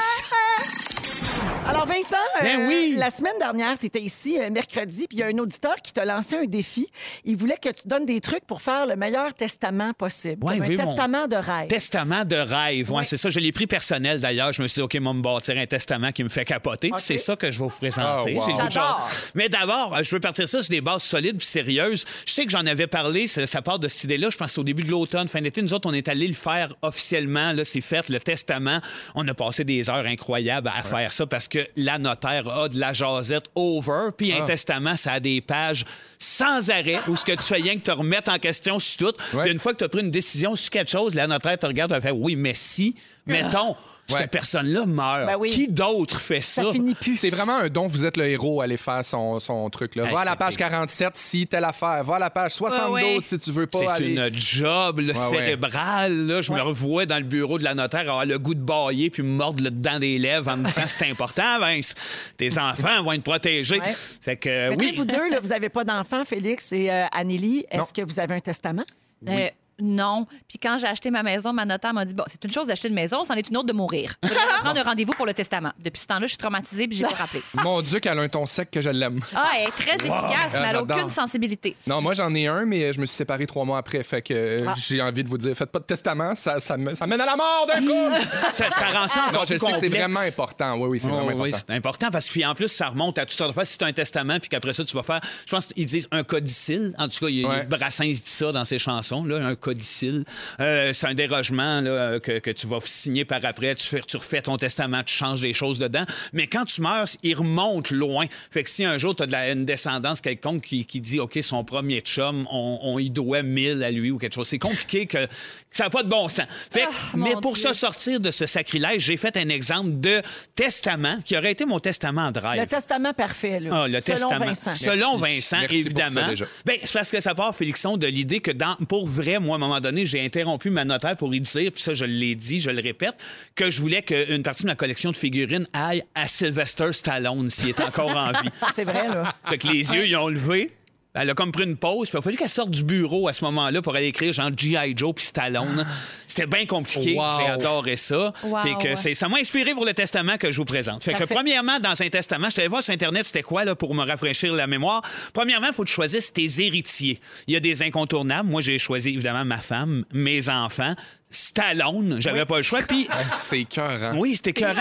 Alors, Vincent, euh, Ben oui. la semaine dernière, tu étais ici euh, mercredi, puis il y a un auditeur qui t'a lancé un défi. Il voulait que tu donnes des trucs pour faire le meilleur testament possible. Ouais, Comme un oui, mon- testament de rêve. Testament de rêve, ouais, c'est ça. Je l'ai pris personnel d'ailleurs. Je me suis dit, OK, moi, me bâtir un testament qui me fait capoter. Puis C'est ça que je vais vous présenter. Ah, wow. J'ai goût de J'adore. genre- Mais d'abord, euh, je veux partir ça sur des bases solides puis sérieuses. Je sais que j'en avais parlé, ça, ça part de cette idée-là. Je pense qu'au début de l'automne, fin d'été, nous autres, on est allés le faire officiellement. Là, c'est fait, le testament. On a passé des heures incroyables à faire ça parce que la notaire a de la jasette over. Puis Ah. un testament, ça a des pages sans arrêt où ce que tu fais rien que te remettre en question sur tout. Ouais. Puis une fois que tu as pris une décision sur quelque chose, la notaire te regarde et fait Oui, mais si, mettons, Ah. Ouais. cette personne-là meurt. Ben oui. Qui d'autre fait ça? Ça finit plus. C'est vraiment un don, vous êtes le héros, allez faire son, son truc. Là. Hey, Va à la c'est page pire. 47 si telle affaire. Va à la page 72 Ouais, ouais. si tu veux pas C'est aller. une job là, Ouais, ouais. cérébrale. là. Je me revois dans le bureau de la notaire avoir le goût de bailler puis me mordre le dedans des lèvres en me disant c'est important, Vince. Tes enfants vont être protégés. Ouais. Fait que euh, Mais oui. vous deux, là, vous n'avez pas d'enfants, Félix et euh, Anélie. Non. Est-ce que vous avez un testament? Euh, non. Puis quand j'ai acheté ma maison, ma notaire m'a dit Bon, c'est une chose d'acheter une maison, c'en est une autre de <laughs> mourir. Je prendre un rendez-vous pour le testament. Depuis ce temps-là, je suis traumatisée puis j'ai pas rappelé. Mon Dieu, qu'elle a un ton sec que je l'aime. <laughs> Ah, elle est très efficace, mais elle n'a j'adore. aucune sensibilité. Non, moi j'en ai un, mais je me suis séparé trois mois après. Fait que euh, Ah. j'ai envie de vous dire, faites pas de testament, ça, ça, me- ça mène à la mort d'un <laughs> coup. ça, ça rend Ah, ça non, encore je plus sais que c'est complexe. vraiment important. Oui, oui, c'est Oh, vraiment oui, important. c'est important parce que puis en plus, ça remonte à toute sorte de fois. Si tu un testament, puis qu'après ça, tu vas faire. Je pense qu'ils disent un codicile. En tout cas, il y a- Ouais. Brassens dit ça dans ses chansons, là, un codicile. Euh, c'est un dérogement là, euh, que, que tu vas signer par après. Tu, fais- tu refais ton testament, tu changes des choses dedans. Mais quand tu meurs, il remonte loin. Fait que si un jour, tu as de la, une descendance quelconque qui, qui dit OK, son premier chum, on, on y doit 1000 à lui ou quelque chose. C'est compliqué que, que ça n'a pas de bon sens. Fait que- Ah, mon mais pour Dieu. ça, sortir de ce sacrilège, j'ai fait un exemple de testament qui aurait été mon testament de rêve. Le testament parfait, là, Ah, le selon testament. Vincent. Selon Merci. Vincent, Merci pour ça, évidemment. déjà. Ben, c'est parce que ça part, Félixon, de l'idée que dans, pour vrai, moi, à un moment donné, j'ai interrompu ma notaire pour y dire, puis ça, je l'ai dit, je le répète, que je voulais qu'une partie de ma collection de figurines aille à Sylvester Stallone, s'il est encore en <laughs> vie. C'est vrai, <laughs> là. Fait que les yeux, ils ont levé. Elle a comme pris une pause, puis il a fallu qu'elle sorte du bureau à ce moment-là pour aller écrire genre G.I. Joe puis Stallone. C'était bien compliqué. Wow. J'ai adoré ça. Wow. Fait que c'est- ça m'a inspiré pour le testament que je vous présente. Fait que Parfait. premièrement, dans un testament, je suis allé voir sur Internet c'était quoi là, pour me rafraîchir la mémoire. Premièrement, il faut que tu choisisses tes héritiers. Il y a des incontournables. Moi, j'ai choisi évidemment ma femme, mes enfants, Stallone. J'avais pas le choix. Puis C'est cœur, hein? oui, c'était écœurant.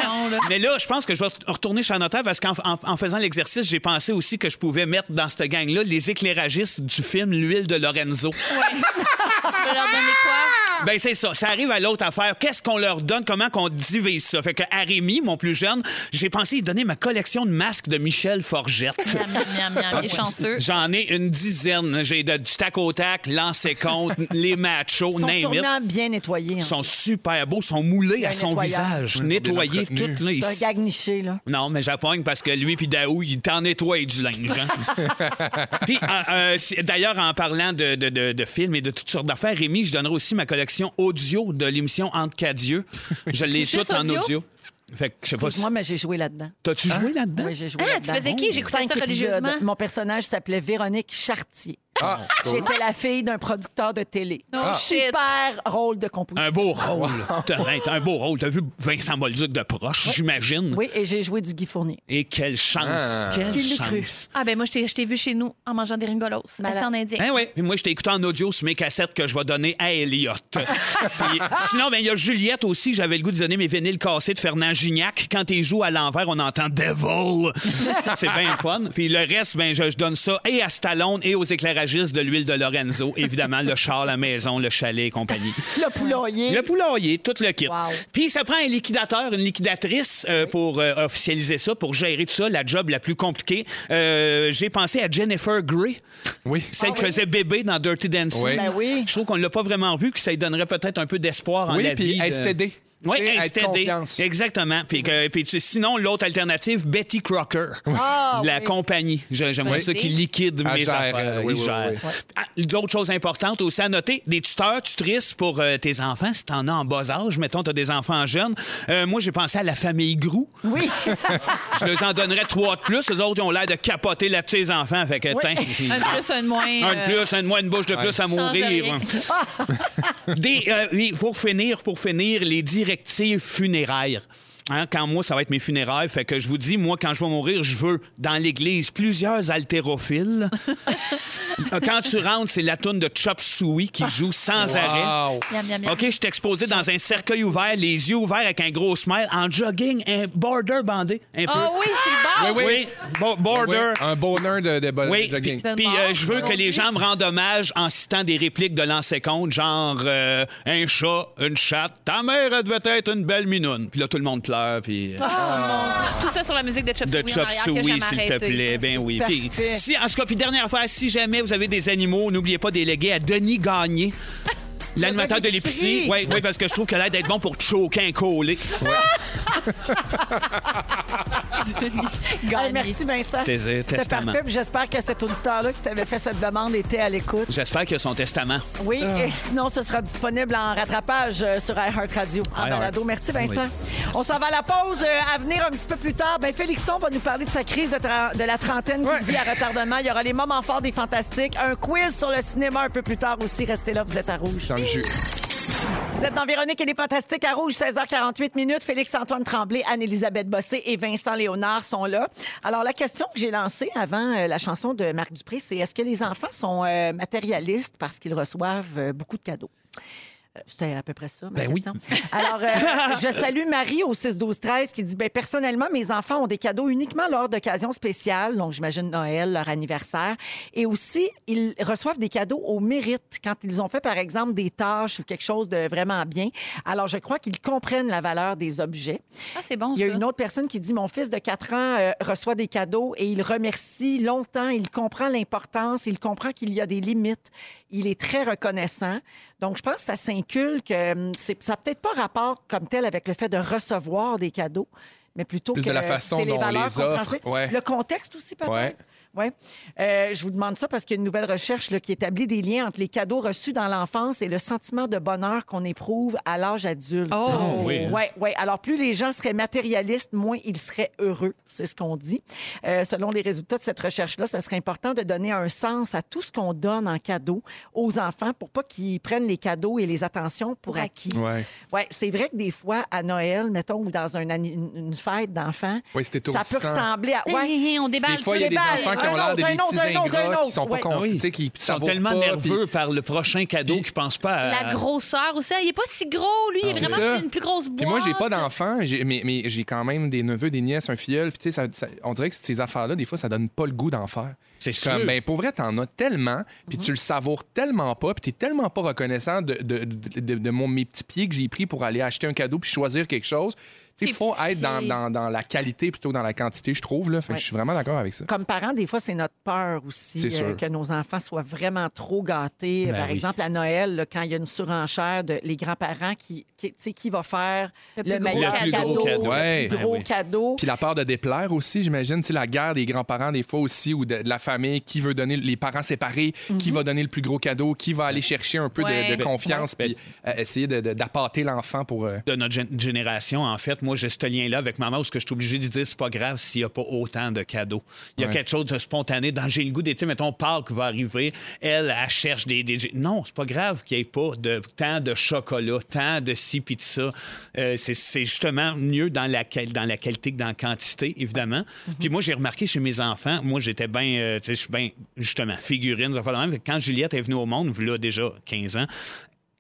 Mais là, je pense que je vais retourner chez la notaire parce qu'en en- en faisant l'exercice, j'ai pensé aussi que je pouvais mettre dans cette gang-là les éclairagistes du film L'huile de Lorenzo. Tu veux leur donner <laughs> quoi? Ben c'est ça. Ça arrive à l'autre affaire. Qu'est-ce qu'on leur donne? Comment qu'on divise ça? Fait que à Rémi, mon plus jeune, j'ai pensé lui donner ma collection de masques de Michel Forgette. Miam, miam, miam, miam. <laughs> Il est chanceux. J'en ai une dizaine. J'ai de- du tac au tac, lancer compte, les machos, Ils sont name it. sûrement bien nettoyés. hein. Ils sont super beaux, sont moulés un à son nettoyage. visage, Oui, ils sont bien nettoyés, tout. entretenus. Là, ils- C'est un gag niché, là. Non, mais j'appogne parce que lui puis Daou, il t'en nettoie du linge. hein. puis euh, euh, c'est- d'ailleurs, en parlant de, de- de- de films et de toutes sortes d'affaires, Rémi, je donnerai aussi ma collection audio de l'émission Entre Cadieux. Je l'ai <laughs> Juste toute en audio? audio. Fait que je sais pas si... Moi, mais j'ai joué là-dedans. T'as-tu joué là-dedans? Oui, j'ai joué Ah, là-dedans. tu faisais qui? J'écoutais Cinq ça religieusement. épisodes. Mon personnage s'appelait Véronique Chartier. Ah, cool. J'étais la fille d'un producteur de télé. Oh, shit. Super rôle de composition. Un beau rôle. T'as t'as un beau rôle. T'as vu Vincent Bolduc de proche, j'imagine. Oui, et j'ai joué du Guy Fournier. Et quelle chance. Quelle Qui l'eût cru? chance. Ah, ben moi, je t'ai- je t'ai vu chez nous en mangeant des ringolos. Mais c'est en indien. Ben oui. Puis moi, je t'ai écouté en audio sur mes cassettes que je vais donner à Elliot. Puis, sinon, ben, il y a Juliette aussi. J'avais le goût de donner mes vinyles cassés de Fernand Gignac. Quand il joue à l'envers, on entend Devil. C'est bien fun. Puis le reste, ben, je, je donne ça et à Stallone et aux éclairagistes de l'huile de Lorenzo. Évidemment, le char, la maison, le chalet et compagnie. Le poulailler. Le poulailler, tout le kit. Wow. Puis ça prend un liquidateur, une liquidatrice euh, pour euh, officialiser ça, pour gérer tout ça, la job la plus compliquée. Euh, J'ai pensé à Jennifer Grey, Ah Oui. Ah, celle qui faisait bébé dans Dirty Dancing. Oui. Ben oui. Je trouve qu'on ne l'a pas vraiment vue, que ça lui donnerait peut-être un peu d'espoir en Oui, la puis vie. de- STD. Oui, Tu sais, être STD. confiance. Exactement. Puis, que- puis tu- sinon, l'autre alternative, Betty Crocker, Ah, de <laughs> la oui. Ben compagnie. J'ai- J'aimerais Oui. ça qui liquide Elle mes gère, affaires. elle, oui, Il oui, gère. oui. Ah, D'autres choses importantes aussi à noter, des tuteurs, tutrices pour euh, tes enfants, si t'en as en bas âge, mettons, t'as des enfants jeunes. Euh, moi, j'ai pensé à la famille Grou. Oui. <laughs> Je leur en donnerais trois de plus. Les autres, ils ont l'air de capoter là-dessus, les enfants. Fait que, tiens. <laughs> Un de plus, un de moins. Un de euh, plus, un de moins, Ah, une bouche de plus à change mourir. hein. rien. Des, euh, oui, pour finir, pour finir, les directives funéraires. Hein, quand moi, ça va être mes funérailles, fait que je vous dis, moi, quand je vais mourir, je veux, dans l'église, plusieurs <laughs> haltérophiles. Euh, quand tu rentres, c'est la toune de Chop Suey qui joue sans arrêt. Wow. Miam, miam, miam. OK, je suis exposé dans un cercueil ouvert, les yeux ouverts avec un gros smile, en jogging, un border bandé, un peu. Ah oui, c'est bon. Oh, oui. bo- border. Oui, Un bonheur de, de, bo- Oui, puis jogging. puis, euh, je veux que les gens me rendent hommage en citant des répliques de l'ancien compte, genre euh, un chat, une chatte, ta mère elle devait être une belle minoune. Puis là, tout le monde pleure, puis euh, Tout ça sur la musique de Chop de chop Suey, Ah, en suey, arrière, que s'il j'aime te plaît, arrêter. ben oui. Puis, Parfait. si, en tout cas, puis dernière affaire, si jamais vous avez des animaux, n'oubliez pas de déléguer à Denis <laughs> Gagné. L'animateur de l'épicerie, oui, oui, parce que je trouve qu'elle a l'air d'être bon pour choquer un collé. <laughs> Hey, merci Vincent. Tes- C'était testament. parfait. puis J'espère que cet auditeur-là qui t'avait fait cette demande était à l'écoute. J'espère que son testament. Oui, et sinon, ce sera disponible en rattrapage euh, sur iHeartRadio, en iHeart. balado. Merci, Vincent. On s'en va à la pause. euh, à venir un petit peu plus tard, ben, Félixon va nous parler de sa crise de, tra- de la trentaine qui Ouais. vit à retardement. Il y aura les moments forts des Fantastiques. Un quiz sur le cinéma un peu plus tard aussi. Restez là, vous êtes à Rouge. Dans le jus. Vous êtes dans Véronique et les Fantastiques à Rouge, 16h48 minutes. Félix-Antoine Tremblay, Anne-Élisabeth Bossé et Vincent Léonard sont là. Alors, la question que j'ai lancée avant euh, la chanson de Marc Dupré, c'est est-ce que les enfants sont euh, matérialistes parce qu'ils reçoivent euh, beaucoup de cadeaux? Euh, C'était à peu près ça, ma Ben oui. <laughs> question. Alors, euh, je salue Marie au 6-12-13 qui dit ben, Personnellement, mes enfants ont des cadeaux uniquement lors d'occasions spéciales, donc j'imagine Noël, leur anniversaire. Et aussi, ils reçoivent des cadeaux au mérite quand ils ont fait, par exemple, des tâches ou quelque chose de vraiment bien. Alors, je crois qu'ils comprennent la valeur des objets. Ah, c'est bon, Il y a ça. une autre personne qui dit Mon fils de 4 ans euh, reçoit des cadeaux et il remercie longtemps, il comprend l'importance, il comprend qu'il y a des limites, il est très reconnaissant. Donc, je pense que ça s'inculque. euh, c'est- Ça n'a peut-être pas rapport comme tel avec le fait de recevoir des cadeaux, mais plutôt Plus que de la euh, façon c'est dont on valeurs les qu'on offre, transmet. ouais. Le contexte aussi, peut-être. Ouais. Ouais. Euh, je vous demande ça parce qu'il y a une nouvelle recherche là, qui établit des liens entre les cadeaux reçus dans l'enfance et le sentiment de bonheur qu'on éprouve à l'âge adulte. Oh. Ah oui, hein? Ouais, ouais. Alors, plus les gens seraient matérialistes, moins ils seraient heureux. C'est ce qu'on dit. Euh, selon les résultats de cette recherche-là, ça serait important de donner un sens à tout ce qu'on donne en cadeau aux enfants pour pas qu'ils prennent les cadeaux et les attentions pour acquis. Ouais. Ouais, c'est vrai que des fois, à Noël, mettons, ou dans un anni- une, une fête d'enfants, Oui, c'est ça peut étourdissant. ressembler à. Ouais. Hey, hey, hey, on déballe Des fois, il y a tout. des déballes. enfants qui Un ont l'air autre, des un autre, petits un autre, un ingrats qui autre. sont pas Ouais. contents, Oui. tu sais, qui Ils sont savent tellement pas, nerveux puis- par le prochain cadeau qu'ils pensent pas à. La grosseur aussi. Ah, Il est pas si gros, lui. Il est Euh, C'est vraiment ça. une plus grosse boîte. Puis moi, j'ai pas d'enfants, j'ai- mais, mais j'ai quand même des neveux, des nièces, un filleul. Puis tu sais, ça- ça- on dirait que ces affaires-là, des fois, ça donne pas le goût d'en faire. C'est Je suis comme, sûr. Ben, pour vrai, t'en as tellement, puis tu le savoures tellement pas, puis t'es tellement pas reconnaissant de, de, de- de- de mon, mes petits pieds que j'ai pris pour aller acheter un cadeau puis choisir quelque chose. Il Tes faut petits être dans, pieds. dans- dans la qualité plutôt que dans la quantité, je trouve. Là. Fait que Ouais. Je suis vraiment d'accord avec ça. Comme parents, des fois, c'est notre peur aussi euh, C'est sûr. que nos enfants soient vraiment trop gâtés. Ben Par oui. exemple, à Noël, là, quand il y a une surenchère de les grands-parents qui, qui tu sais, qui va faire Le le, plus gros meilleur cadeau. Le plus cadeau, gros cadeau. le Ouais. plus gros Ben oui. cadeau. Puis la peur de déplaire aussi, j'imagine, tu sais, la guerre des grands-parents des fois aussi, ou de, de la famille, qui veut donner, les parents séparés, qui va donner le plus gros cadeau, qui va aller chercher un peu de- Ouais. de, confiance, puis euh, essayer de- de- d'appâter l'enfant pour... euh, de notre gén- génération, en fait. moi, j'ai ce lien-là avec maman où ce que je suis obligé de dire, c'est pas grave s'il n'y a pas autant de cadeaux. Il y a quelque chose de spontané dans j'ai le goût des, tu sais, mettons, Pâques va arriver, elle, elle cherche des. des- non, c'est pas grave qu'il n'y ait pas de tant de chocolat, tant de ci puis de ça. Euh, c'est- c'est justement mieux dans la, qual- dans la qualité que dans la quantité, évidemment. Puis moi, j'ai remarqué chez mes enfants, moi, j'étais bien, euh, tu sais, je suis bien, justement, figurine, des affaires de même. Fait que Quand Juliette est venue au monde, là déjà 15 ans,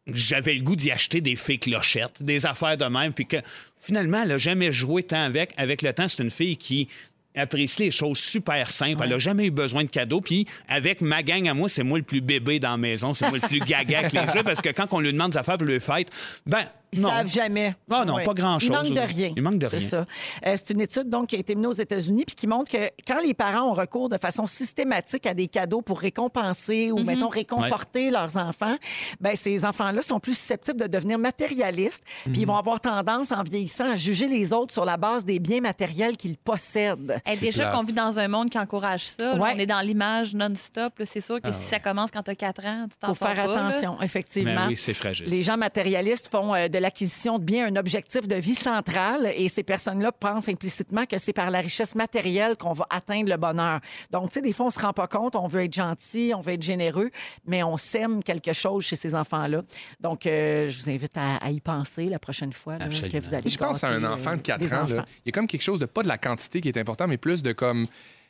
j'avais le goût d'y acheter des fées clochettes, des affaires de même, puis que finalement, elle n'a jamais joué tant avec. Avec le temps, c'est une fille qui apprécie les choses super simples. Elle n'a jamais eu besoin de cadeaux. Puis avec ma gang à moi, c'est moi le plus bébé dans la maison, c'est moi le plus gaga avec <laughs> les jeux, parce que quand on lui demande des affaires pour le fête, ben Ils non. savent jamais. Ah non, Ouais. pas grand-chose. Il manque de rien. Il manque de rien. C'est ça. Euh, c'est une étude donc, qui a été menée aux États-Unis puis qui montre que quand les parents ont recours de façon systématique à des cadeaux pour récompenser Mhm. ou, mettons, réconforter leurs enfants, ben, ces enfants-là sont plus susceptibles de devenir matérialistes puis Mhm. ils vont avoir tendance, en vieillissant, à juger les autres sur la base des biens matériels qu'ils possèdent. Eh, déjà plate. qu'on vit dans un monde qui encourage ça, là, Ouais. on est dans l'image non-stop. là, C'est sûr Ah que si ça commence quand t'as 4 ans, tu t'en Faut sors faire pas, là. attention, effectivement. Ben oui, c'est fragile. Les gens matérialistes font euh, de l'acquisition de biens un objectif de vie central et ces personnes-là pensent implicitement que c'est par la richesse matérielle qu'on va atteindre le bonheur. Donc, tu sais, des fois, on se rend pas compte, on veut être gentil, on veut être généreux, mais on sème quelque chose chez ces enfants-là. Donc, euh, je vous invite à, à y penser la prochaine fois là, Absolument. que vous allez Puis je pense à un gâter, euh, enfant de 4 des ans. là. enfants. Il y a comme quelque chose de pas de la quantité qui est important, mais plus de comme.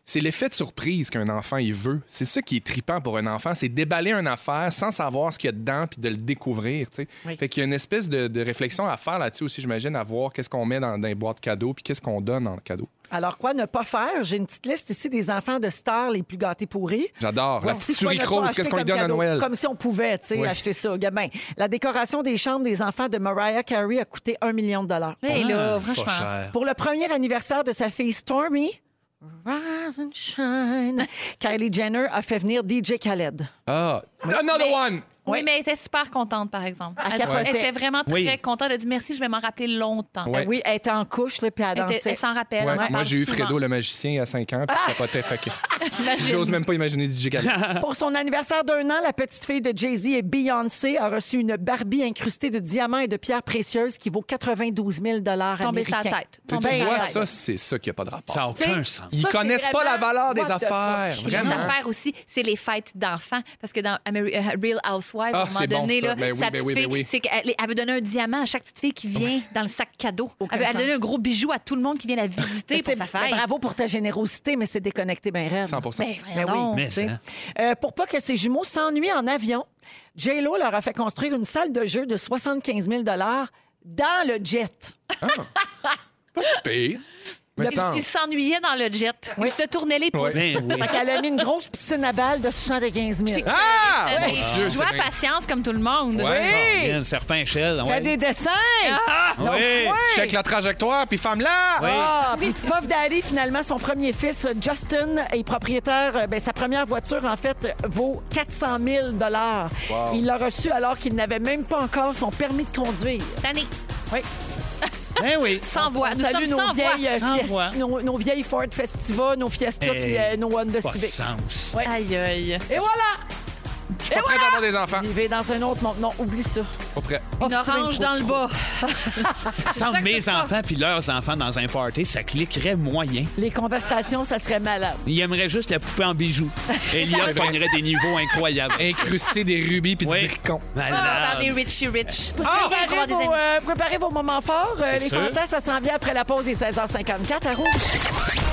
C'est l'effet de surprise qu'un enfant il veut. C'est ça qui est tripant pour un enfant, c'est déballer une affaire sans savoir ce qu'il y a dedans puis de le découvrir. tu sais. Oui. Fait qu'il y a une espèce de, de réflexion à faire là-dessus aussi, j'imagine, à voir qu'est-ce qu'on met dans, dans les boîtes cadeaux puis qu'est-ce qu'on donne en cadeau. Alors, quoi ne pas faire? J'ai une petite liste ici des enfants de stars les plus gâtés pourris. J'adore. Ah, La Voici petite quoi souris ne pas rose, acheter qu'est-ce qu'on lui comme donne à cadeau. Noël? Comme si on pouvait, tu sais, Ouais. acheter ça. Gamin. La décoration des chambres des enfants de Mariah Carey a coûté un million de dollars. Mais Ah, là, Pas franchement. cher. Pour le premier anniversaire de sa fille Stormy, Rise and <laughs> Shine, Kylie Jenner a fait venir DJ Khaled. Ah, another one! Oui, Oui. mais elle était super contente, par exemple. Elle Elle, elle capotait. était vraiment très Oui. contente. Elle a dit merci, je vais m'en rappeler longtemps. Ouais. Ben Oui, elle était en couche, là, puis elle Elle, était- dansait. elle s'en rappelle. hein, Ouais, elle en Moi, parle j'ai eu souvent. Fredo le magicien à 5 ans, puis je capotais, fait que- J'imagine. J'ose même pas imaginer DJ Khaled. <laughs> Pour son anniversaire d'un an, la petite fille de Jay-Z et Beyoncé a reçu une Barbie incrustée de diamants et de pierres précieuses qui vaut 92 000 dollars Tomber sa américains. tête. Tu Tomber vois, sa ça, tête. c'est ça qui a pas de rapport. Ça n'a aucun T'sais, sens. Ils Ça, c'est connaissent pas la vraiment valeur des what the fuck. affaires. Puis L'autre Vraiment. affaire aussi, c'est les fêtes d'enfants. Parce que dans Ameri- euh, Real Housewives, Ah, à un moment c'est bon, donné, ça. là, Ben oui, sa ben petite oui, ben fille, oui. c'est qu'elle elle veut donner un diamant à chaque petite fille qui vient dans le sac cadeau. Aucun Elle veut, elle veut donner sens. un gros bijou à tout le monde qui vient la visiter pour T'sais, sa ben, fête. bravo pour ta générosité, mais c'est déconnecté bien raide. 100%. Ben, Ben voyons donc. oui, Mais hein. tu sais. ça. Euh, pour pas que ces jumeaux s'ennuient en avion, J-Lo leur a fait construire une salle de jeu de 75 000 dans le jet. Pas si pire. Mais Ils- ça, Ils s'ennuyaient dans le jet. Ils se tournaient les pouces. Ben oui. Fait qu'elle a mis une grosse piscine à balles de 75 000. Ah! Ouais. Mon Dieu, Joie c'est à bien- patience comme tout le monde. Ouais, bon, bien, le serpent à échelle. Fais ouais. des dessins! Ah! Ouais. Lance-moi! Check la trajectoire, puis femme-là! Ouais. Ah, puis Puff Daddy, finalement, son premier fils, Justin, est propriétaire. euh, Ben, sa première voiture, en fait, euh, vaut 400 000 Il l'a reçu alors qu'il n'avait même pas encore son permis de conduire. Tanné, Oui. Ben oui. sans voix. Nous Salut sommes nos sans voix. vieilles, euh, Sans Fiesta- voix. nos, nos vieilles Ford Festiva, nos Fiesta Eh, Hey, puis euh, nos Honda Pas de Civic. sens. Ouais. Aïe, aïe. Et voilà! Je suis pas prêt d'avoir des enfants. Vivez dans un autre monde. Non, oublie ça. Pas prêt. Oh, Une c'est bien orange trop dans le trop. bas. Sans mes enfants puis leurs enfants dans un party, ça cliquerait moyen. Les conversations, ça serait malade. Il aimerait juste la poupée en bijoux. Elliot pognerait des niveaux incroyables. Incruster des rubis puis Oui. du zircon. Par Malade. des Richie Ah, Rich. Préparez, Avoir des vos, amis. euh, préparez vos moments forts. Euh, les sûr. fantasmes, ça s'en vient après la pause des 16h54 à Rouge.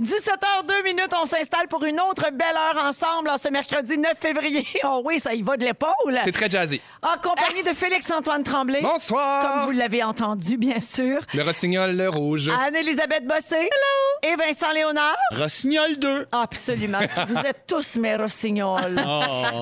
17h, 2 minutes, on s'installe pour une autre belle heure ensemble en ce mercredi 9 février. <laughs> Oh oui, ça y va de l'épaule. C'est très jazzy. En compagnie de Félix-Antoine Tremblay. Bonsoir. Comme vous l'avez entendu, bien sûr. Le rossignol, le rouge. Ah, Anne-Elisabeth Bossé. Et Vincent Léonard. Rossignol 2. Absolument. <laughs> vous êtes tous mes rossignols. Oh.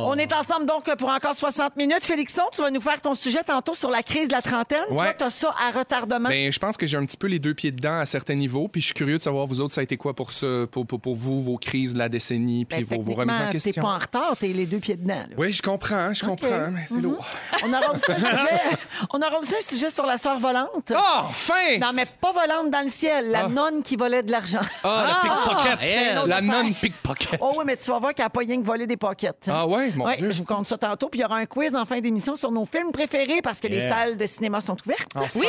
On est ensemble donc pour encore 60 minutes. Félixon, tu vas nous faire ton sujet tantôt sur la crise de la trentaine. Toi, Ouais. t'as ça à retardement. Ben, je pense que j'ai un petit peu les deux pieds dedans à certains niveaux. Puis je suis curieux de savoir, vous autres, ça a été quoi pour, ça, pour, pour, pour vous, vos crises de la décennie, puis Ben, vos, vos remises en techniquement, T'es question? pas en retard, t'es les deux pieds dedans. là. Oui, je comprends, je comprends, mais c'est Mhm. lourd. On aura aussi <laughs> un sujet, on aura aussi un sujet sur la soeur volante. Ah, Enfin! Non, mais pas volante dans le ciel, la Ah. nonne qui volait de l'argent. Ah, elle. la C'est une pickpocket. autre La non-pickpocket. Oh oui, mais tu vas voir qu'elle n'a pas rien que volé des pockets. hein. Ah ouais, mon Ouais, Dieu. Je vous compte ça tantôt. Puis il y aura un quiz en fin d'émission sur nos films préférés parce que les Yeah. salles de cinéma sont ouvertes. Oui.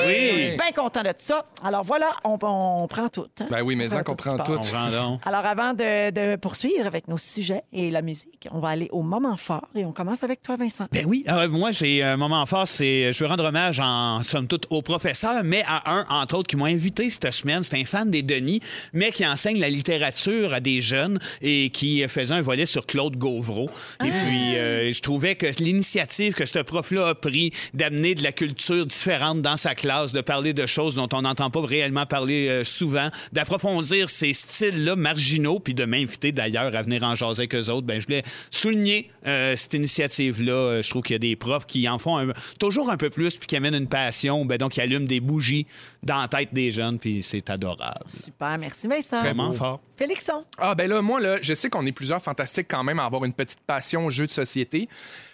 Bien content de ça. Alors voilà, on, on prend tout. hein. Ben oui, mais en qu'on tout ce qui prend passe. tout. On rend donc. Alors avant de, de poursuivre avec nos sujets et la musique, on va aller au moment fort et on commence avec toi, Vincent. Ben oui, euh, moi j'ai un moment fort, c'est euh, je veux rendre hommage en somme toute au professeur, mais à un entre autres qui m'a invité cette semaine, c'est un fan des Denis, mais qui enseigne la littérature à des jeunes et qui faisait un volet sur Claude Gauvreau. Et puis euh, je trouvais que l'initiative que ce prof-là a pris d'amener de la culture différente dans sa classe, de parler de choses dont on n'entend pas réellement parler euh, souvent, d'approfondir ces styles-là marginaux, puis de m'inviter d'ailleurs à venir en jaser avec eux autres, ben, je voulais souligner euh, cette initiative-là. Euh, Je trouve qu'il y a des profs qui en font un- toujours un peu plus, puis qui amènent une passion, ben, donc qui allument des bougies dans la tête des jeunes, puis c'est adorable. Super, merci Vincent. Vraiment fort. Félixon. Ah ben là, moi, là, je sais qu'on est plusieurs fantastiques quand même à avoir une petite passion au jeu de société,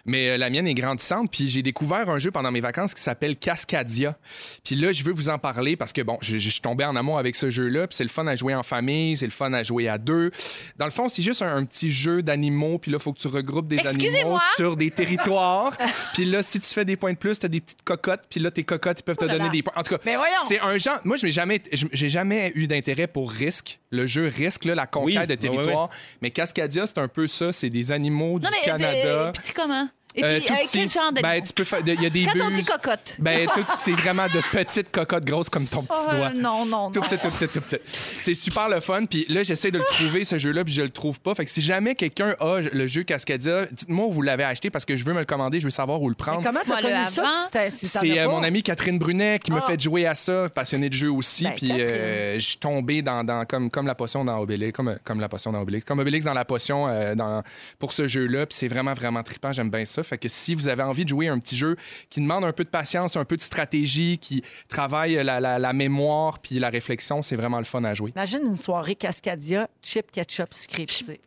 mais euh, la mienne est grandissante. Puis j'ai découvert un jeu pendant mes vacances qui s'appelle Cascadia. Puis là, je veux vous en parler parce que, bon, je, je suis tombé en amour avec ce jeu-là. Puis c'est le fun à jouer en famille, c'est le fun à jouer à deux. Dans le fond, c'est juste un, un petit jeu d'animaux. Puis là, faut que tu regroupes des animaux Excusez-moi. sur des territoires. puis là, si tu fais des points de plus, t'as des petites cocottes. Puis là, tes cocottes, ils peuvent te donner des points. En tout cas, Mais voyons. c'est un genre. Moi, je n'ai jamais, je- j'ai jamais eu d'intérêt pour risque. Le jeu risque, là, la conquête Oui, de oui, territoire. Mais Cascadia, c'est un peu ça. C'est des animaux du Non, mais Canada. euh, petit comment? Et puis, Euh, tout euh, petit. quel genre d'animal? Ben, tu peux faire. Il y a des Quand on buses. dit cocotte. Ben, tout- c'est vraiment de petites cocottes grosses comme ton petit Oh, doigt. non, non, Tout non. petit, tout petit, tout petit. C'est super le fun. Puis là, j'essaie de le trouver, ce jeu-là, puis je le trouve pas. Fait que si jamais quelqu'un a le jeu Cascadia, dites-moi où vous l'avez acheté parce que je veux me le commander, je veux savoir où le prendre. Comment t'as Moi, le connu ça avant, si t'as- si t'en C'est as euh, pas? Ah. mon amie Catherine Brunet qui m'a fait jouer à ça, passionnée de jeu aussi. Ben, puis Catherine. euh, je suis tombé dans, dans- comme, comme la potion dans Obélix, comme, comme la potion dans Obélix, comme Obélix dans la potion euh, dans, pour ce jeu-là. Puis c'est vraiment, vraiment trippant. J'aime bien ça. Fait que si vous avez envie de jouer un petit jeu qui demande un peu de patience, un peu de stratégie, qui travaille la, la- la mémoire puis la réflexion, c'est vraiment le fun à jouer. Imagine une soirée Cascadia, chip, ketchup, sucré épicé.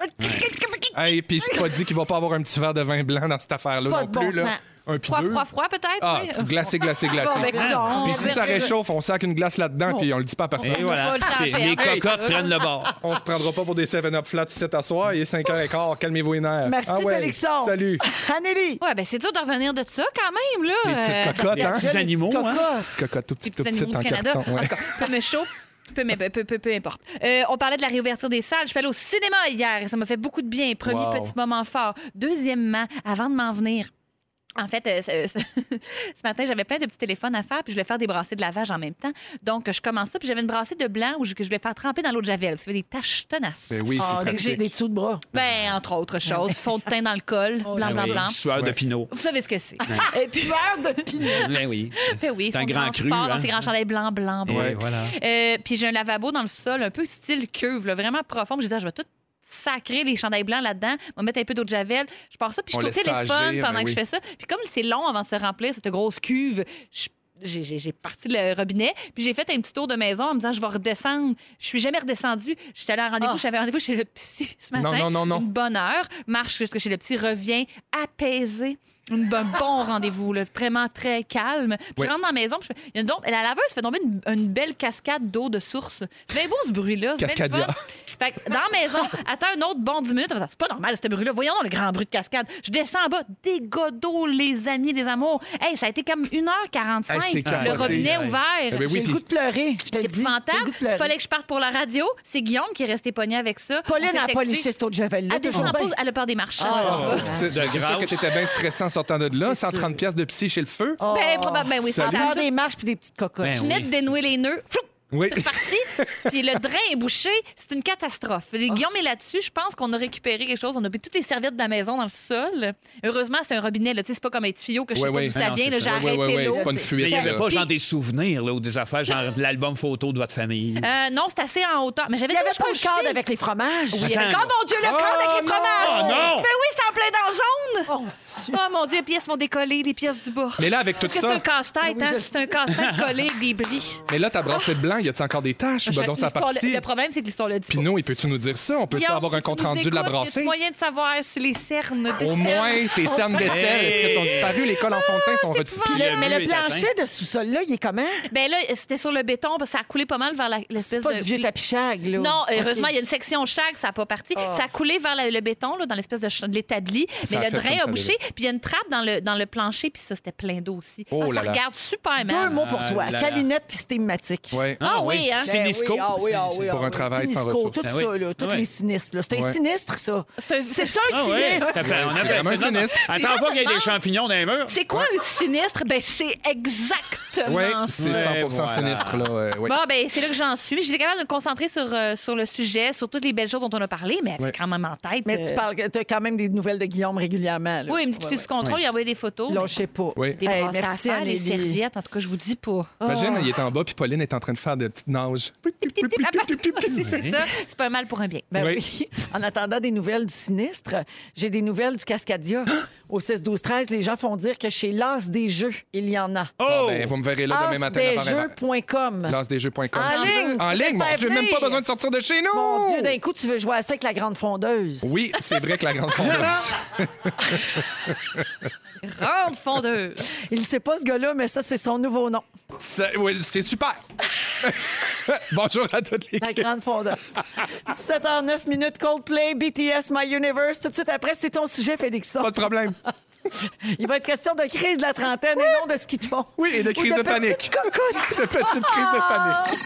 Et puis c'est pas dit qu'il va pas avoir un petit verre de vin blanc dans cette affaire-là Pas non de bon plus. là. sens. Un puis Froid, deux. froid, froid, peut-être? Ah, oui. glacé, glacé, glacé. Bon, ben, coudonc, Puis si ça verrez-le. réchauffe, on sac une glace là-dedans, puis on le dit pas à personne. Eh Et voilà. pas le temps à C'est- faire. Les Hey. cocottes prennent le bord. On se prendra pas pour des 7-Up flats cet à soir. Il est 5h15. Calmez-vous les nerfs. Merci Ah ouais, Félixon. Salut. <laughs> Anneli. Ouais, ben c'est dur de revenir de ça quand même, là. Les petites Euh, cocottes, hein? Petits animaux, hein? Cocotte. Cocotte tout petit, petits tout petit animaux en du Canada. carton. ouais. En tout cas, peu me chaud. Peu, mais peu, peu, peu- peu importe. Euh, on parlait de la réouverture des salles. Je suis allée au cinéma hier et ça m'a fait beaucoup de bien. Premier Wow. petit moment fort. Deuxièmement, avant de m'en venir, en fait, euh, ce, <laughs> ce- ce matin, j'avais plein de petits téléphones à faire, puis je voulais faire des brassées de lavage en même temps. Donc, je commence ça, puis j'avais une brassée de blanc où je, que je voulais faire tremper dans l'eau de Javel. Ça fait des taches tenaces. Ben oui, c'est Ah, des, pratique. des dessous de bras. Ben, entre autres choses, fond de teint dans le col, Oh, blanc, blanc, Oui, blanc. Sueur de <laughs> Pinot. Vous savez ce que c'est. Et puis, de <laughs> Eh pinot. Ben oui. Ben oui, C'est un son grand cru, sport hein? dans ses grands chandails blancs, blancs, blancs. Ouais, voilà. Euh, puis j'ai un lavabo dans le sol, un peu style cuve, là, vraiment profond. J'ai dit, ah, je vais tout sacrer les chandails blancs là-dedans, on va mettre un peu d'eau de javel. Je pars ça, puis je On suis au laisse ça téléphone agir, pendant ben que oui. je fais ça. Puis comme c'est long avant de se remplir, cette grosse cuve, je- j'ai- j'ai j'ai parti le robinet, puis j'ai fait un petit tour de maison en me disant, je vais redescendre. Je suis jamais redescendue. J'étais allée à un rendez-vous, j'avais rendez-vous chez le psy ce matin. Ah. Non, non, non, non. Une bonne heure, marche jusque chez le petit, reviens apaisé. Une bo- Un bon rendez-vous, là, vraiment très calme. Puis Ouais. je rentre dans la maison, puis je fais- il y a une dom- la laveuse fait tomber une, une belle cascade d'eau de source. C'est bien beau ce bruit-là. c'est bien le Cascadia. fun. Fait que dans la maison, attends un autre bon 10 minutes. en faisant, C'est pas normal ce bruit-là. Voyons donc le grand bruit de cascade. Je descends en bas, des godots, les amis, les amours. Hey, ça a été comme 1h45. Hey, c'est le capoté. robinet Ouais. ouvert. Eh ben oui, J'ai le puis- goût de pleurer, je te le C'était dis. J'ai le épouvantable. goût de Il pleurer. fallait que je parte pour la radio. C'est Guillaume qui est resté pogné avec ça. On Pauline s'est a texté. poliché ce taux de javel Ah, là. Elle déjà en Ah, pause, elle a peur Ah, des Ben, marchands. Ah. Oh, là-bas. tu sais, De C'est sûr grâce. que t'étais bien stressé en sortant de là. 130 pièces de psy chez le feu. Ben, probablement, oui, ça, Elle ça a a tout- des marches puis des petites cocottes. Ben Je oui. venais de dénouer les nœuds. Flou! Oui. C'est parti. Puis le drain est bouché. C'est une catastrophe. Les Guillaume est là-dessus. Je pense qu'on a récupéré quelque chose. On a mis toutes les serviettes de la maison dans le sol. Heureusement, c'est un robinet. là. Tu sais, C'est pas comme un tuyau que je sais Ouais, pas ouais. d'où ça Non, vient. c'est là. ça. J'ai Ouais, ouais, arrêté ouais, l'eau. c'est pas une C'est- Mais fuite. il n'y avait là. pas genre des souvenirs là, ou des affaires, genre de l'album photo de votre famille. Euh, non, c'est assez en hauteur. Mais j'avais Il n'y avait déjà pas le cadre projeté. avec les fromages. Oui, il y avait- Attends, Oh mon Dieu, le cadre avec les Oh fromages! non! Mais Ben oui, c'est en plein dans la zone! Oh mon Dieu, les pièces vont décoller, les pièces du bas. Mais là, avec tout Parce que c'est ça, <laughs> un casse-tête, hein? C'est un casse-tête collé avec des bris. mais là, ta brassée de blanc, il Y a-t-il encore des tâches? Ben, Chaque- donc, ça a l'histoire- parti. Le problème, c'est que l'histoire le dit. pas. Pinot, il peut-tu nous dire ça? On peut-tu Guillaume, avoir si un tu compte nous rendu de la écoutes, y a-tu brassée? moyen de savoir si les cernes de Au moins, tes cernes de sel, est-ce qu'elles sont disparues? Les cols Ah, en fontaine sont Puis retirés. le mais mur le est atteint. plancher de sous-sol-là, il est comment? Ben là, c'était sur le béton parce que ça a coulé pas mal vers la- l'espèce C'est pas de du vieux tapis chag, là. Non, heureusement, il OK. y a une section chag, ça n'a pas parti. Ça a coulé vers la- le béton, là, dans l'espèce de, ch- de l'établi. a Mais fait le drain comme a Ah. ça, bouché, puis il y a une trappe dans le, dans le plancher, puis ça, c'était plein d'eau aussi. Oh Ah, là ça là. regarde super Deux mal. mots pour Ah, toi. là, là. Calinette puis stématique. Ouais. Ah oui, hein? Ben oui, Sinisco. ah oui, ah C'est oui, pour ah un oui. travail sans Sinisco, ressources. Tout Ah ça, oui. là, tous Ouais. les sinistres. là. C'est un Ouais. sinistre, ça. C'est- C'est c'est- un Ah ouais, sinistre. ça fait- on c'est appelle vraiment ça- sinistre. Attends pas qu'il y ait des champignons dans les murs. C'est quoi un sinistre? Ben, c'est exactement Oui, ça. c'est 100 voilà. sinistre. Là, ouais, ouais. Bon, ben, c'est là que j'en suis. J'étais capable de me concentrer sur, euh, sur le sujet, sur toutes les belles choses dont on a parlé, mais avec Ouais. quand même en tête. Mais tu euh, parles, t'as quand même des nouvelles de Guillaume régulièrement. Là. Oui, il me dit que c'est sous contrôle, il a envoyé des photos. Là, je sais pas. Oui. Oh, Des Hey, brasses à merci, faire, les Anneli. serviettes, en tout cas, je vous dis pas. Imagine, il est en bas, puis Pauline est en train de faire des petites nages. Si <laughs> c'est ça, c'est pas un mal pour un bien. Ben Oui. oui. <laughs> En attendant des nouvelles du sinistre, j'ai des nouvelles <gasps> du Cascadia. Au 6-12-13, les gens font dire que chez l'As des Jeux, il y en a. Bon, ben, vous me verrez là demain matin. avant vingt heures. Asdesjeux.com. Lancedesleux.com. En ligne, En tu ligne, peux mon faire Dieu, même venir. pas besoin de sortir de chez nous. Mon Dieu, d'un coup, tu veux jouer à ça avec la grande fondeuse. Oh! Oui, c'est vrai que la grande fondeuse. Grande fondeuse. Il ne sait pas ce gars-là, mais ça, c'est son nouveau nom. Ça- ouais, c'est super. <laughs> Bonjour à toutes les La grande fondeuse. 17h09 minutes, Coldplay, BTS, My Universe. Tout de suite après, c'est ton sujet, <laughs> Félixon. Pas de problème. Il va être question de crise de la trentaine et non de ce qu'ils te font. Oui, et de Ou crise de panique. petites cocottes. Cette petite crise de panique.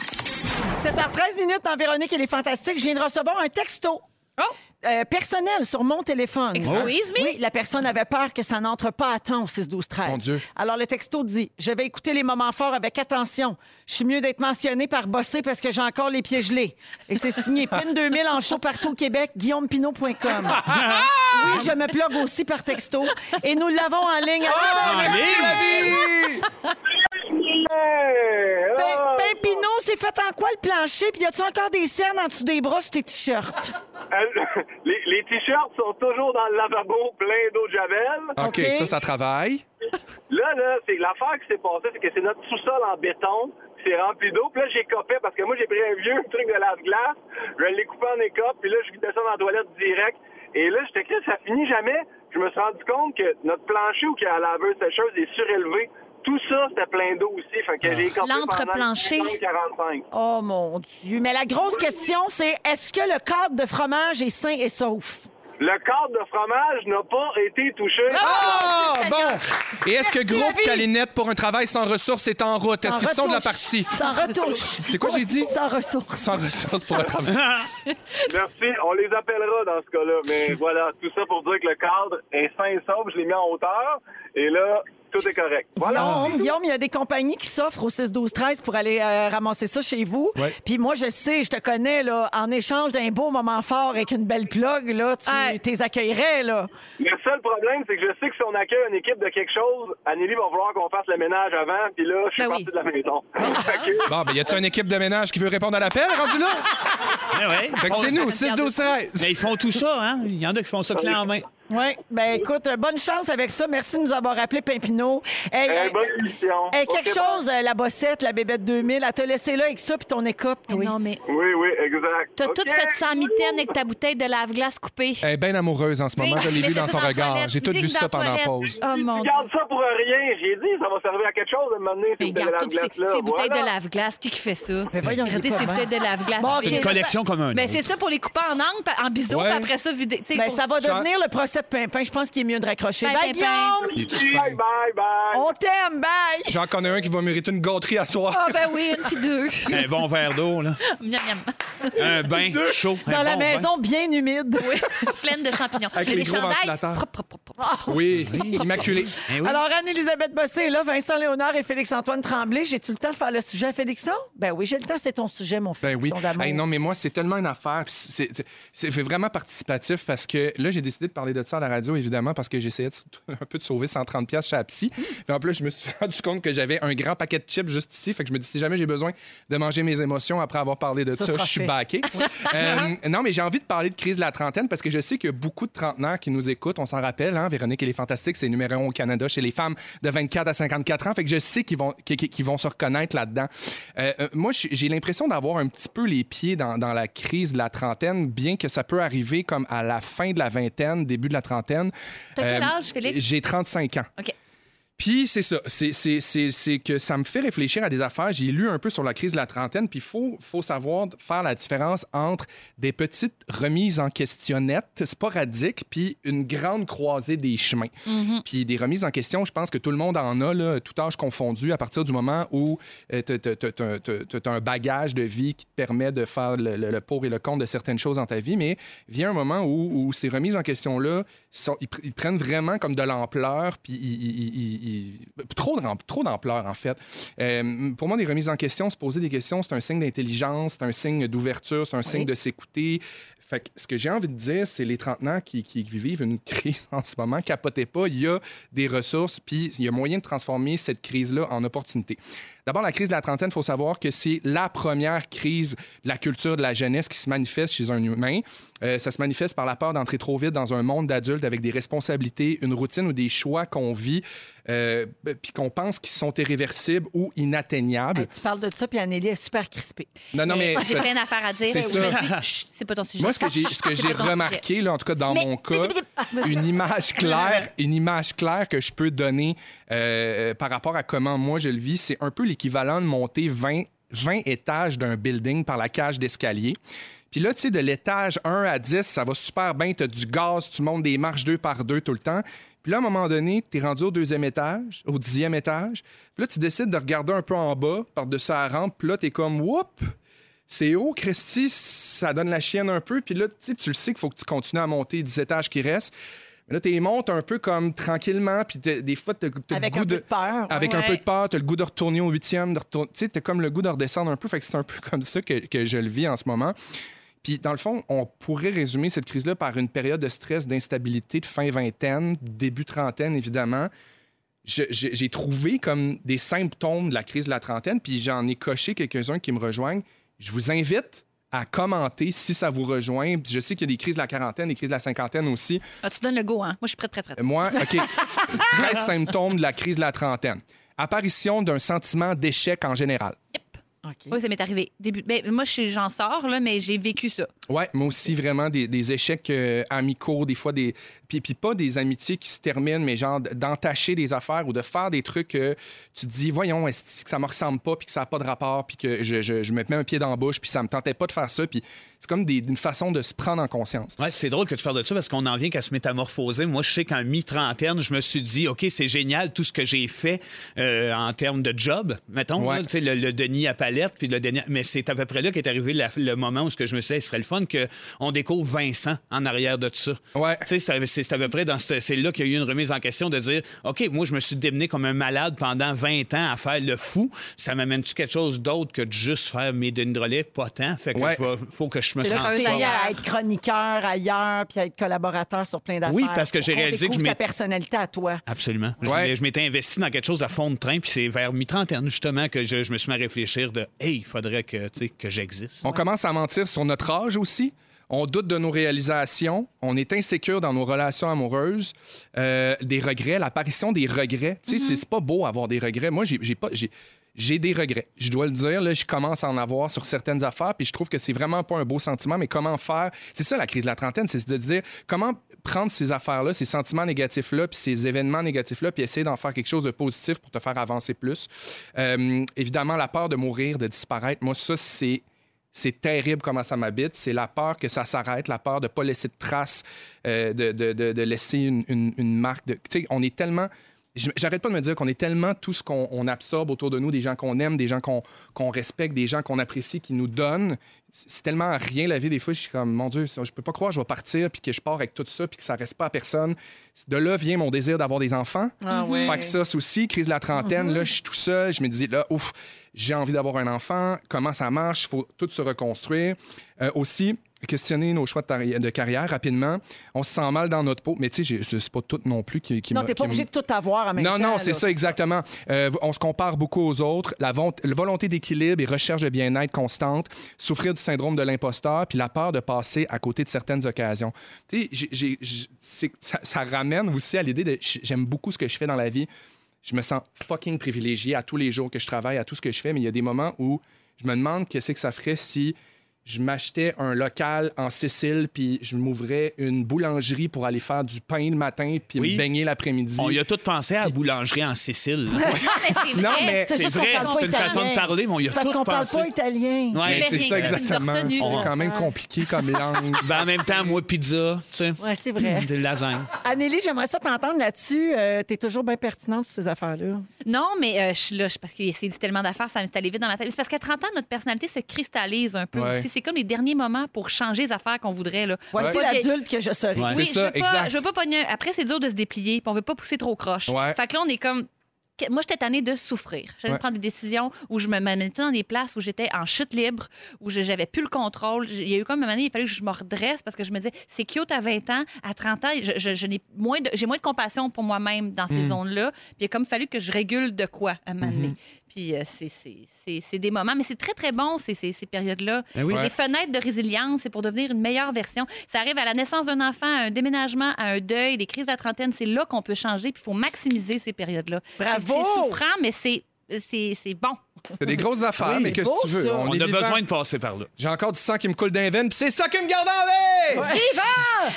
7h13 minutes dans Véronique et les Fantastiques. Je viens de recevoir un texto. Oh! euh, personnel sur mon téléphone. Excuse me? Oui, la personne avait peur que ça n'entre pas à temps au 6 12 13. Mon Dieu. Alors le texto dit "Je vais écouter les moments forts avec attention. Je suis mieux d'être mentionné par bosser parce que j'ai encore les pieds gelés." Et c'est <laughs> signé Pin 2000 en show partout au Québec, guillaumepinot.com. oui, je me plug aussi par texto et nous l'avons en ligne. Ah, En Allô, ligne. Oh! oh. Pin- Pimpinot, c'est fait en quoi le plancher Puis y a-tu encore des cernes en dessous des bras sur tes t-shirts Euh, <laughs> les, les t-shirts sont toujours dans le lavabo plein d'eau de javel. OK, OK. ça, ça travaille. Là, là, c'est l'affaire qui s'est passée, c'est que c'est notre sous-sol en béton. C'est rempli d'eau. Puis là, j'ai copé parce que moi, j'ai pris un vieux <laughs> truc de lave-glace. Je l'ai coupé en écope. Puis là, je descends dans la toilette direct. Et là, j'étais écrit, ça finit jamais. Je me suis rendu compte que notre plancher où il y a la laveuse sécheuse est surélevé. Tout ça, c'était plein d'eau aussi. Fait que j'ai écopé pendant L'entreplancher. 45. Oh mon Dieu. Mais la grosse question, c'est est-ce que le cadre de fromage est sain et sauf? Le cadre de fromage n'a pas été touché. Ah, bon. Et est-ce que Merci, groupe David. Calinette pour un travail sans ressources est en route? Est-ce Sans qu'ils sont de la retouche. partie? Sans retouche. C'est quoi j'ai dit? Sans ressources. Sans ressources pour un travail. Merci. On les appellera dans ce cas-là. Mais voilà, tout ça pour dire que le cadre est sain et sobre. Je l'ai mis en hauteur. Et là, tout est correct. Voilà. Guillaume, Guillaume, il y a des compagnies qui s'offrent au 6-12-13 pour aller euh, ramasser ça chez vous. Ouais. Puis moi, je sais, je te connais, là, en échange d'un beau moment fort avec une belle plug, là, tu Ouais. t'es accueillerais, là. Le seul problème, c'est que je sais que si on accueille une équipe de quelque chose, Anneli va vouloir qu'on fasse le ménage avant. Puis là, je suis Ben parti oui. de la maison. <laughs> Fait que- Bon, ben, y a-tu une équipe de ménage qui veut répondre à l'appel, rendu là? Ah ouais. Fait que c'est nous, 6, 12, 13. Mais ils font tout ça, hein? Il y en a qui font ça clé en main. Oui. Ben écoute, euh, bonne chance avec ça. Merci de nous avoir appelé Pimpineau. Hey, Eh, hey, bonne émission. hey, quelque Ok, chose, euh, la bossette, la bébête 2000, à te laisser là avec ça puis ton écope, Eh toi. Eh Non, mais Oui, oui, exact. t'as Ok. tout fait ça en mitaine avec ta bouteille de lave-glace coupée. Elle est bien amoureuse en ce moment. Ding, Eh, Je l'ai vu mets ça dans son la regard. toilette, J'ai tout ding vu dans la ça pendant toilette. pause. Oh mon Tu Dieu. gardes ça pour rien. J'ai dit, ça va servir à quelque chose de m'amener Mais ces bouteilles de regarde toutes ces, lave-glace-là. ces bouteilles Voilà. de lave-glace. Qui qui fait ça? Mais voyons, Regardez il est ces pas bouteilles de lave-glace. Bon, Ok. C'est Une collection comme un Ben, autre. c'est ça pour les couper en angles, pa- en biseaux, Ouais. puis après ça, vider. tu sais, Ben, pour- ça va devenir le procès de Pimpin. Je pense qu'il est mieux de raccrocher. Ben, Pimpin. Bye, Guillaume! Il est-tu fin? Bye, bye, bye. Oh, On t'aime, bye! J'en connais un qui va mériter une gâterie à soir. Ah, ben oui, une puis <laughs> deux. Un bon verre d'eau, là. miam, miam. Un bain chaud. un Dans la Ben, bon maison bien humide. <laughs> Pleine de champignons. Avec Il y a les des gros chandails. ventilateurs. propres, propres, propres. Oui, immaculé. bain. Eh oui. Alors, Anne-Elisabeth Bossé est là, Vincent Léonard et Félix-Antoine Tremblay. J'ai-tu le temps de faire le sujet à Félixon? Ben oui, j'ai le temps. C'est ton sujet, mon Ben Félixon oui. d'amour. Hey, non, mais moi, c'est tellement une affaire. puis C'est c'est- c'est fait vraiment participatif parce que là, j'ai décidé de parler de ça à la radio, évidemment, parce que j'essayais de- <laughs> un peu de sauver 130$ piastres chez la psy. Puis en plus, je me suis <laughs> rendu compte que j'avais un grand paquet de chips juste ici. Fait que je me dis, si jamais j'ai besoin de manger mes émotions après avoir parlé de Ça ça, sera je suis fait. <laughs> baquer. Euh, non, mais j'ai envie de parler de crise de la trentaine parce que je sais qu'il y a beaucoup de trentenaires qui nous écoutent. On s'en rappelle, hein, Véronique, elle est fantastique. C'est numéro un au Canada chez les femmes de 24 à 54 ans. Fait que je sais qu'ils vont, qu'ils- qu'ils vont se reconnaître là-dedans. Euh, euh, moi, j'ai j'ai l'impression d'avoir un petit peu les pieds dans, dans la crise de la trentaine, bien que ça peut arriver comme à la fin de la vingtaine, début de la trentaine. Euh, T'as quel âge, Félix? J'ai 35 ans. OK. Puis c'est ça, c'est- c'est c'est- c'est que ça me fait réfléchir à des affaires. J'ai lu un peu sur la crise de la trentaine, puis il faut, faut savoir faire la différence entre des petites remises en questionnette sporadiques, puis une grande croisée des chemins. Mhm. Puis des remises en question, je pense que tout le monde en a, là, tout âge confondu, à partir du moment où euh, tu as un bagage de vie qui te permet de faire le, le- le pour et le contre de certaines choses dans ta vie, mais vient un moment où, où ces remises en question-là, sont- ils, pr- ils prennent vraiment comme de l'ampleur, puis ils- ils- ils- ils- trop de ram- trop d'ampleur, en fait. Euh, pour moi, des remises en question, se poser des questions, c'est un signe d'intelligence, c'est un signe d'ouverture, c'est un signe de s'écouter. Fait que ce que j'ai envie de dire, c'est les trentenaires qui, qui vivent une <laughs> crise en ce moment, capotez pas, il y a des ressources, puis il y a moyen de transformer cette crise-là en opportunité. D'abord, la crise de la trentaine, il faut savoir que c'est la première crise de la culture de la jeunesse qui se manifeste chez un humain. Euh, ça se manifeste par la peur d'entrer trop vite dans un monde d'adultes avec des responsabilités, une routine ou des choix qu'on vit, euh, puis qu'on pense qu'ils sont irréversibles ou inatteignables. Tu parles de ça, puis Anneli est super crispée. Non, non, mais- J'ai rien à faire à dire. Eh, C'est Je ça. me dis, Chut, c'est pas ton sujet. Moi, ce que j'ai, ce <laughs> que C'est j'ai pas ton remarqué, sujet. là, en tout cas dans Mais- mon cas, une image claire, une image claire que je peux donner euh, par rapport à comment moi je le vis, c'est un peu l'équivalent de monter 20, 20 étages d'un building par la cage d'escalier. Puis là, tu sais, de l'étage 1 à 10, ça va super bien, tu as du gaz, tu montes des marches deux par deux tout le temps. Puis là, à un moment donné, tu es rendu au deuxième étage, au dixième étage. Puis là, tu décides de regarder un peu en bas, par-dessus la rampe. Puis là, tu es comme, whoop, c'est haut, Christy, ça donne la chienne un peu. Puis là, tu sais, tu le sais qu'il faut que tu continues à monter 10 étages qui restent. Mais là, tu les montes un peu comme tranquillement. Puis t'as- des fois, tu as, Avec le un goût peu de peur, ouais. Avec un peu Ouais. de peur, tu le goût de retourner au huitième. de retourner- Tu sais, tu comme le goût de redescendre un peu. Fait que c'est un peu <laughs> comme ça que, que je le vis en ce moment. Puis, dans le fond, on pourrait résumer cette crise-là par une période de stress, d'instabilité de fin vingtaine, début trentaine, évidemment je- je- j'ai trouvé comme des symptômes de la crise de la trentaine, puis j'en ai coché quelques-uns qui me rejoignent. Je vous invite à commenter si ça vous rejoint. Puis Je sais qu'il y a des crises de la quarantaine, des crises de la cinquantaine aussi. Ah, tu donnes le go, hein? Moi, je suis prête, prête, prête. Moi, OK, 13 symptômes de la crise de la trentaine. Apparition d'un sentiment d'échec en général. Oui, ça m'est arrivé. Début... ben, moi, je suis- j'en sors, là, mais j'ai vécu <laughs> ça. Ouais, moi aussi, vraiment, des, des échecs euh, amicaux, des fois, des. Puis, puis pas des amitiés qui se terminent, mais genre d'entacher des affaires ou de faire des trucs que tu te dis, voyons, est-ce que ça me ressemble pas, puis que ça n'a pas de rapport, puis que je, je- je me mets un pied dans la bouche, puis ça me tentait pas de faire ça, puis c'est comme des- une façon de se prendre en conscience. Ouais, c'est drôle que tu parles de ça parce qu'on en vient qu'à se métamorphoser. Moi, je sais qu'en mi-trentaine, je me suis dit, OK, c'est génial tout ce que j'ai fait euh, en termes de job, mettons, Ouais. là, tu sais, le, le Denis à palette, puis le Denis... Mais c'est à peu près là qu'est arrivé la- le moment où ce que je me suis dit, ce serait le fun qu'on découvre Vincent en arrière de tout ça. Tu sais, c'est- c'est c'est à peu près dans ce- c'est là qu'il y a eu une remise en question de dire, OK, moi, je me suis démené comme un malade pendant 20 ans à faire le fou. Ça m'amène-tu quelque chose d'autre que de juste faire mes Denis Drolet? Pas tant. Fait que Ouais. je vais- faut que je me C'est là que tu transforme. t'es mis à être chroniqueur ailleurs, puis à être collaborateur sur plein d'affaires. Oui, parce que pour j'ai qu'on réalisé que je découvre m'ai- ta personnalité à toi. Absolument. Je- Je m'étais investi dans quelque chose à fond de train, puis c'est vers mi-trentaine, justement, que je, je me suis mis à réfléchir de Hey, il faudrait que, tu sais, que j'existe. On commence à mentir sur notre âge aussi. On doute de nos réalisations. On est insécure dans nos relations amoureuses. Euh, des regrets, l'apparition des regrets. Tu sais, c'est- c'est pas beau avoir des regrets. Moi, j'ai j'ai pas. j'ai- J'ai des regrets. Je dois le dire, là, je commence à en avoir sur certaines affaires, puis je trouve que c'est vraiment pas un beau sentiment, mais comment faire? C'est ça la crise de la trentaine, c'est de se dire comment prendre ces affaires-là, ces sentiments négatifs-là, puis ces événements négatifs-là, puis essayer d'en faire quelque chose de positif pour te faire avancer plus. Euh, évidemment, la peur de mourir, de disparaître, moi, ça, c'est c'est terrible comment ça m'habite. C'est la peur que ça s'arrête, la peur de ne pas laisser de traces, euh, de, de- de- de laisser une, une- une marque. De... Tu sais, on est tellement. je- J'arrête pas de me dire qu'on est tellement tout ce qu'on on absorbe autour de nous, des gens qu'on aime, des gens qu'on qu'on respecte, des gens qu'on apprécie, qui nous donnent. C'est tellement rien la vie. Des fois, je suis comme, mon Dieu, ça, je peux pas croire, que je vais partir, puis que je pars avec tout ça, puis que ça reste pas à personne. De là vient mon désir d'avoir des enfants. Ah ouais. Fait que ça, c'est aussi crise de la trentaine. Là, je suis tout seul. Je me dis, là, ouf, j'ai envie d'avoir un enfant. Comment ça marche? Il faut tout se reconstruire. Euh, aussi, questionner nos choix de, tari- de carrière rapidement. On se sent mal dans notre peau, mais tu sais, j'ai- c'est c'est pas tout non plus qui, qui Non, m'a- t'es pas qui m'a- obligé de tout avoir en même non, temps. Non, là. c'est ça, exactement. Euh, on se compare beaucoup aux autres. La, von- la volonté d'équilibre et recherche de bien-être constante, souffrir du syndrome de l'imposteur, puis la peur de passer à côté de certaines occasions. Tu sais, j'ai- j'ai- j'ai- c'est- ça, ça ramène aussi à l'idée de j- j'aime beaucoup ce que je fais dans la vie. Je me sens fucking privilégié à tous les jours que je travaille, à tout ce que je fais, mais il y a des moments où je me demande qu'est-ce que ça ferait si je m'achetais un local en Sicile, puis je m'ouvrais une boulangerie pour aller faire du pain le matin, puis Oui. me baigner l'après-midi. On y a tous pensé à la boulangerie en Sicile. Non, mais C'est juste qu'on vrai, parle pas c'est une italien. façon de parler, mais on y a C'est parce tout qu'on parle pensé. pas italien. Ouais, Mais c'est ça exactement. retenu. C'est On- quand même compliqué <laughs> comme langue. Ben, en même temps, moi, pizza, tu sais. Mm, Ouais, c'est vrai. De la lasagne. Anneli, j'aimerais ça t'entendre là-dessus. Euh, T'es toujours bien pertinente sur ces affaires-là. Non, mais euh, je suis là, je- parce qu'il s'est dit tellement d'affaires, ça m'est allé vite dans ma tête. Mais C'est parce qu'à 30 ans, notre personnalité se cristallise un peu Ouais. aussi. C'est comme les derniers moments pour changer les affaires qu'on voudrait. Là. Voici Moi, vieille- l'adulte que je serai. Ouais. Oui, C'est je ça, veux pas, exact. Je veux pas pogner. un- Après, c'est dur de se déplier, puis on veut pas pousser trop croche. Ouais. Fait que là, on est comme. que- Moi, j'étais tannée de souffrir. J'allais Ouais. prendre des décisions où je me mettais dans des places où j'étais en chute libre, où je- j'avais plus le contrôle. J- Il y a eu comme une année, il fallait que je me redresse parce que je me disais, c'est cute à 20 ans, à 30 ans, je, je- je n'ai moins de- j'ai moins de compassion pour moi-même dans ces zones-là. Puis il a comme fallu que je régule de quoi à un moment donné. Puis euh, c'est- c'est- c'est c'est des moments, mais c'est très, très bon, ces, ces- ces périodes-là. Ben oui. Il y a Ouais. des fenêtres de résilience, c'est pour devenir une meilleure version. Ça arrive à la naissance d'un enfant, à un déménagement, à un deuil, des crises de la trentaine. C'est là qu'on peut changer, puis il faut maximiser ces périodes-là. Bravo! C'est c'est souffrant, mais c'est c'est c'est bon. C'est des grosses affaires, mais qu'est-ce que tu veux? On, est a vivant. besoin de passer par là. J'ai encore du sang qui me coule d'un veine, puis c'est ça qui me garde en vie!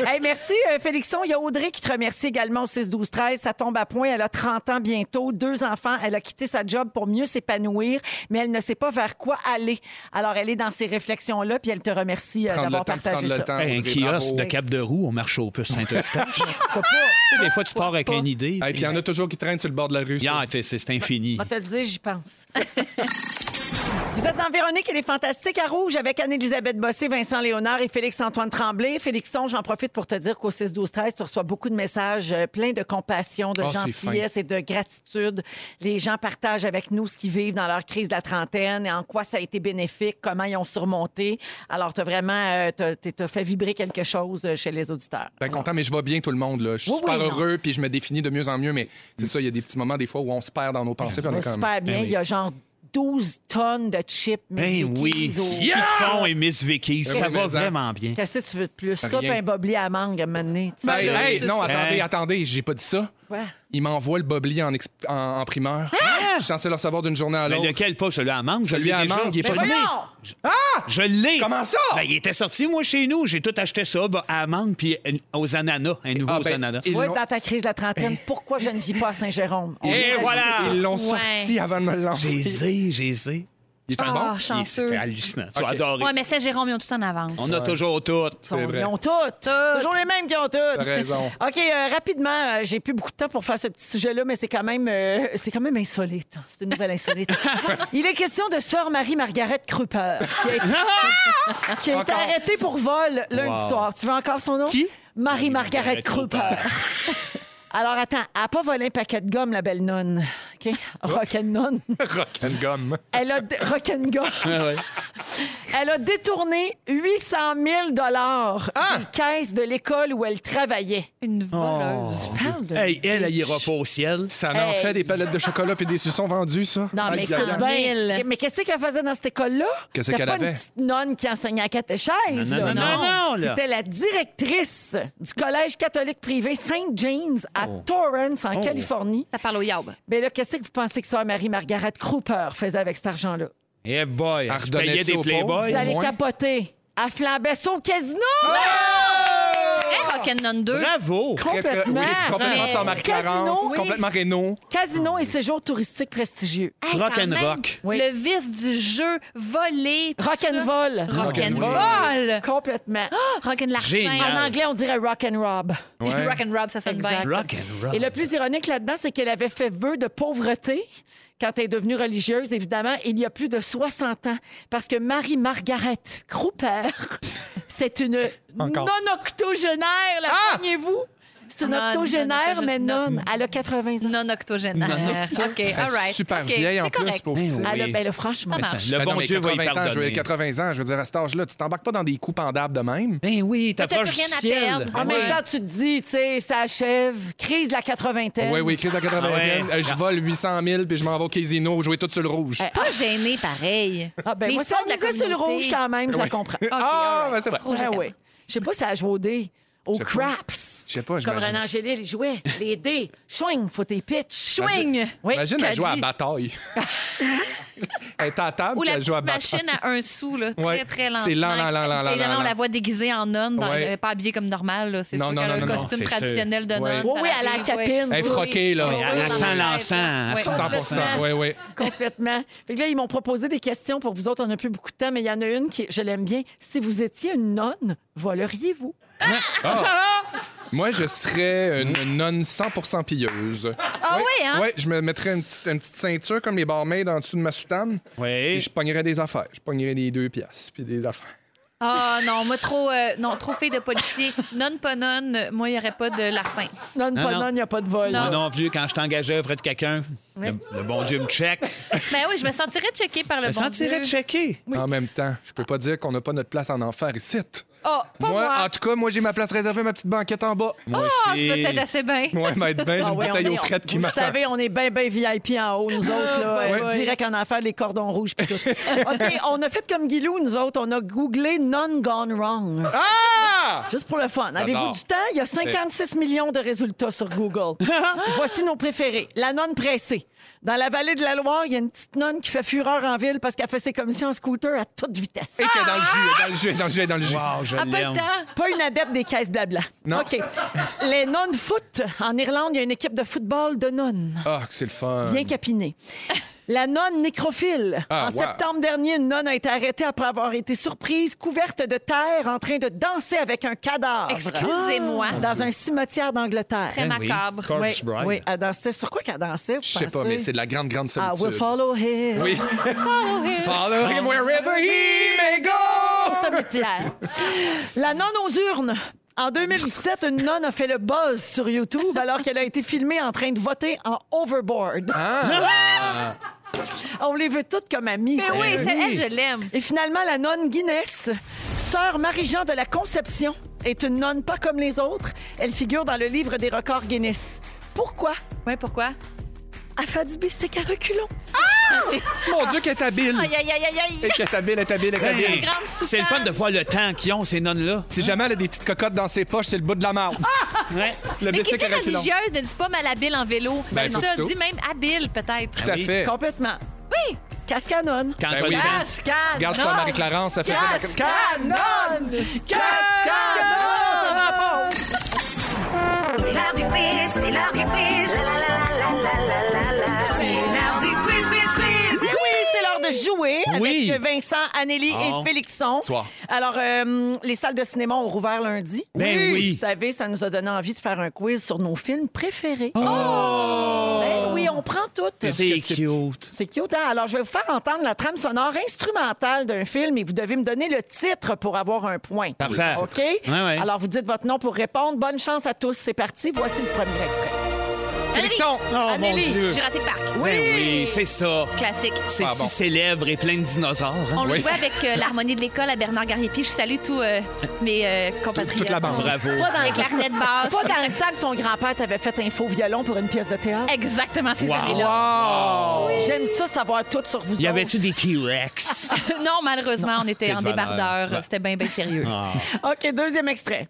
Hey, merci, euh, Félixon. Il y a Audrey qui te remercie également au 6-12-13. Ça tombe à point. Elle a 30 ans bientôt, deux enfants. Elle a quitté sa job pour mieux s'épanouir, mais elle ne sait pas vers quoi aller. Alors, elle est dans ces réflexions-là, puis elle te remercie euh, Prendre le d'avoir temps, partagé prendre le ça. temps. Hey, un Audrey, kiosque Ah, bravo. de Cap de Roue, on marche au puce Saint-Eustache. Tu sais, des fois, tu pars avec une idée. Et puis il y en a toujours qui traînent sur le bord de la rue. ça. Yeah, c'est- c'est infini. Je vais te le dire, j'y pense. <laughs> Vous êtes dans Véronique et les Fantastiques à Rouge avec Anne-Élisabeth Bossé, Vincent Léonard et Félix-Antoine Tremblay. Félixon, j'en profite pour te dire qu'au 6-12-13, tu reçois beaucoup de messages euh, pleins de compassion, de Ah, c'est gentillesse et de gratitude. Les gens partagent avec nous ce qu'ils vivent dans leur crise de la trentaine et en quoi ça a été bénéfique, comment ils ont surmonté. Alors, tu as vraiment euh, t'as- t'as- t'as fait vibrer quelque chose euh, chez les auditeurs. Ben content, mais je vais bien tout le monde. Là. Je suis Oui, oui, super non. heureux, puis je me définis de mieux en mieux, mais c'est ça, il y a des petits moments des fois où on se perd dans nos pensées. puis on Ça va est Ben, comme... super bien. Il y a genre 12 tonnes de chips, mais Ben oui, Chiffon et Miss Vicky, ça oui, va mais ça. vraiment bien. Qu'est-ce que tu veux de plus? Ça, Rien. puis un bobli à mangue à mener. Hey, hey, non, attendez, Hey. attendez, j'ai pas dit ça. Quoi? Il m'envoie le bobli en, exp- en, en primeur. Je suis censé le recevoir d'une journée à Mais l'autre. Ben, lequel pas? Celui à mangue? Celui à mangue, il est pas sorti. Ah! Je l'ai. Comment ça? Ben, il était sorti, moi, chez nous. J'ai tout acheté ça ben, à mangue puis euh, aux ananas, un nouveau Ah, aux ben, ananas. il- Toi, l'ont- dans ta crise de la trentaine, pourquoi je ne vis pas à Saint-Jérôme? On Et vient de- voilà! Ils l'ont Ouais. sorti avant de me le J'ai lancer. zé, j'ai zé. Il est Ah, bon? Et C'était chanceux. hallucinant. Tu vas Ok. adorer. Oui, mais Saint-Jérôme, ils ont tout en avance. On a toujours tout. Ils ont- vrai. Ils ont toutes. Toujours les mêmes qui ont toutes. raison. <laughs> OK, euh, rapidement, euh, j'ai plus beaucoup de temps pour faire ce petit sujet-là, mais c'est quand même euh, c'est quand même insolite. hein. C'est une <laughs> nouvelle insolite. Il est question de sœur Marie-Margaret Kruper, qui <laughs> a été, qui a été Encore. arrêtée pour vol lundi Wow. soir. Tu veux encore son nom? Qui? Marie-Margaret Kruper. <laughs> Alors, attends, elle n'a pas volé un paquet de gomme, la belle nonne. OK? <laughs> Rock'n'nonne. Rock'n'gum. Elle a dé- rock'n'gomme. Ah, ouais. Ah, Elle a détourné 800 000 dollars Ah! des caisses de l'école où elle travaillait. Une voleuse. Oh. Parle de- Hey, elle, elle ira pas au ciel. Ça en Hey. fait des palettes de chocolat puis des suçons vendus, ça. Non, mais Aïe, c'est aïe, aïe. bien. 000. Mais qu'est-ce qu'elle faisait dans cette école-là? Ah, Qu'est-ce C'était qu'elle pas une avait? petite nonne qui enseignait à catéchèse. Non, non, là. non, non, là. C'était la directrice du collège catholique privé Saint James à Oh. Torrance, en Californie. Ça parle au yaob. Mais là, qu'est-ce que vous pensez que Sœur Marie-Margaret Kruper faisait avec cet argent-là? Eh boy, elle se redonnait payait ça des aux pauvres. Vous playboys. Au allez moins. capoter. Elle flambait son casino! Ah! Hey, Rock'n'None 2. Bravo! Très, très- Complètement. oui, complètement Mais- sans marque Casino, oui. complètement réno. Casino et séjour touristique prestigieux. Hey, Rock quand and même, rock. Oui. Le vice du jeu, voler. tout Rock and ça. roll. Rock and Rock'n'roll. roll. Complètement. <gasps> Rock and larcin. Génial. En anglais, on dirait rock and rob. Ouais. <laughs> Rock and rob, ça sonne Exact. bien. Rock and roll. Et le plus ironique là-dedans, c'est qu'elle avait fait vœu de pauvreté quand elle est devenue religieuse, évidemment, il y a plus de 60 ans. Parce que Marie-Margaret <laughs> Ah! Kruper, c'est une non-octogénaire, la vous C'est une Non, octogénaire, non, mais non. non. Elle a 80 ans. Non octogénaire. Non <laughs> OK, octogénaire. all right. Super OK, vieille en c'est plus correct. Ah. pour tu sais. Elle a- ben là, franchement, Ben, marche. ben Le non, bon mais Dieu va y 80 ans, je veux pardonner. dire, 80 ans, je veux dire, à cet âge-là, tu t'embarques pas dans des coups pendables de même. Ben oui, T'as plus rien à perdre. Ah, En même temps, tu te dis, tu sais, ça achève. Crise de la Euh, quatre-vingtaine. Oui, oui, crise à 80 Ah ouais. euh, Je vole 800 000 puis je m'en vais au casino jouer tout sur le rouge. Pas gêné, pareil. Ah, ben, Les moi, si sons on de la misait sur le communauté. rouge quand même, je la Ouais. comprends. Ah, ben c'est vrai. Ah oui. Je sais pas si elle joue aux dés, aux craps. Je sais pas, Comme j'imagine. Renan Angélil, il jouait les dés. Swing, faut tes pitch. Swing! Oui. Imagine, elle joue à <laughs> Caddy. bataille. elle est à table, Ou puis la elle joue à petite bataille. machine à un sou, là, très, Ouais. très lentement. C'est lent, lent, lent, lent, lent, Évidemment, on lent. la voit déguisée en nonne, dans- Ouais. euh, pas habillée comme normal. là, C'est Non, sûr non, qu'elle a non, un non, non, costume c'est sûr. traditionnel de Ouais. nonne. Oui, oui, à la pareil, capine. Elle est Oui. froquée, là. Oui, Elle la oui. sent l'encens à 100 Complètement. Oui, oui. Complètement. Fait que là, ils m'ont proposé des questions pour vous autres. On n'a plus beaucoup de temps, mais il y en a une qui, je l'aime bien. Si vous étiez une nonne, voleriez-vous? Moi, je serais une nonne 100% pieuse. Ah oui, hein? Oui, je me mettrais une petite, une petite ceinture comme les barmaids en dessous de ma soutane. Et Oui. je pognerais des affaires. Je pognerais des deux pièces, puis des affaires. Ah non, moi, trop, euh, non, trop fille de policier. <laughs> Nonne, pas nonne, euh, moi, il n'y aurait pas de larcin. Nonne, pas non. nonne, il n'y a pas de vol. Ah Moi non plus, quand je t'engageais auprès de quelqu'un, le, le bon Dieu me check. Mais Ben oui, je me sentirais checkée par le Je me bon sentirais Dieu. checké. En même temps, je peux pas dire qu'on n'a pas notre place en enfer ici. Ah, Oh, pas moi. Moi, en tout cas, moi, j'ai ma place réservée, ma petite banquette en bas. Moi Ah, aussi. tu vas être assez bien. Moi, maître Ben, j'ai Ah une oui, bouteille on aux est- frettes qui Vous m'attend. savez, on est bien, bien VIP en haut, nous autres. Là, Euh, ouais. Direct en affaire, les cordons rouges. <laughs> pis tout. OK, on a fait comme Guilou, nous autres. On a googlé None Gone Wrong. Ah! Juste pour le fun. Avez-vous du temps? Il y a 56 millions de résultats sur <laughs> Google. Voici nos préférés. La nonne pressée. Dans la vallée de la Loire, il y a une petite nonne qui fait fureur en ville parce qu'elle fait ses commissions en scooter à toute vitesse. Et t'es dans le Ah! jus, dans le jus, dans le jus, dans le jus. Wow, je Ah, pas l'aime. le temps. Pas une adepte des caisses blabla. Non. OK. <laughs> Les nonnes foot. En Irlande, il y a une équipe de football de nonnes. Ah, que c'est le fun. Bien capinée. La nonne nécrophile. Ah, en wow. septembre dernier, une nonne a été arrêtée après avoir été surprise, couverte de terre, en train de danser avec un cadavre. Excusez-moi. Dans un cimetière d'angleterre. Très Ben oui. macabre. Corpse Oui, bride. oui, elle dansait. Sur quoi qu'elle dansait? Je sais pas, mais c'est de la grande, grande I will solitude. follow him. Oui. Follow him wherever he may go! Cimetière. La nonne aux urnes. En 2017, une nonne a fait le buzz sur YouTube alors qu'elle a été filmée en train de voter en overboard. Hein? On les veut toutes comme amies. Mais ça. Ben oui, Ben c'est elle, je l'aime. Et finalement, la nonne Guinness, sœur Marie-Jean de la Conception, est une nonne pas comme les autres. Elle figure dans le livre des records Guinness. Pourquoi? Oui, pourquoi? Elle fait du bicycle à reculons. Mon Dieu, qu'elle est habile! Aïe, aïe, aïe, aïe, aïe. Et Qu'elle est habile, elle est habile, elle est Hey, habile. grande souffrance. C'est le fun de voir le temps qu'ils ont, ces nonnes-là. Si jamais elle a des petites cocottes dans ses poches, c'est le bout de la marde. Ouais. Le Mais qui bicycle dit à reculons. religieuse ne dit pas malhabile en vélo. Ben, Elle pas ça du tout. dit même habile, peut-être. Tout à oui. fait. Complètement. Oui. Cascanonne. Quand Ben on oui. est dans- Ah, je calme. Regarde ça, Marie-Clarence, elle faisait la... Cascanonne! C'est l'heure du quiz, c'est l'heure du quiz. La, la, la, la, la, la, la, la. C'est l'heure du quiz, quiz, quiz. Oui, c'est l'heure de jouer Oui. Ah. avec Vincent, Annélie Bon. et Félixon. Soir. Alors, euh, les salles de cinéma ont rouvert lundi. Ben oui. Vous savez, ça nous a donné envie de faire un quiz sur nos films préférés. Ben oui, on prend toutes. Oh. C'est cute. C'est cute, hein? Alors, je vais vous faire entendre la trame sonore instrumentale d'un film et vous devez me donner le titre pour avoir un point. Parfait. OK? ouais. Alors, vous dites votre nom pour répondre. Bonne chance à tous. C'est parti. Voici le premier extrait. Félixon! Oh, mon Anneli, Dieu! Jurassic Park. Ben oui, c'est ça. Classique. C'est Ah, si bon. célèbre et plein de dinosaures. hein. On le Oui. jouait avec euh, l'harmonie de l'école à Bernard Garriépi. Je salue tous euh, mes euh, compatriotes. Toute la bande. Bravo. Pas dans, Avec clarinette basse. pas dans le temps que ton grand-père t'avait fait un faux violon pour une pièce de théâtre. Exactement ces Wow. années-là. J'aime ça savoir tout sur vous Y autres. avait-tu des T-Rex? <laughs> Non, malheureusement, on était C'est Bah. en de valeur. débardeur. Ouais. C'était bien, bien sérieux. Ah. OK, deuxième extrait.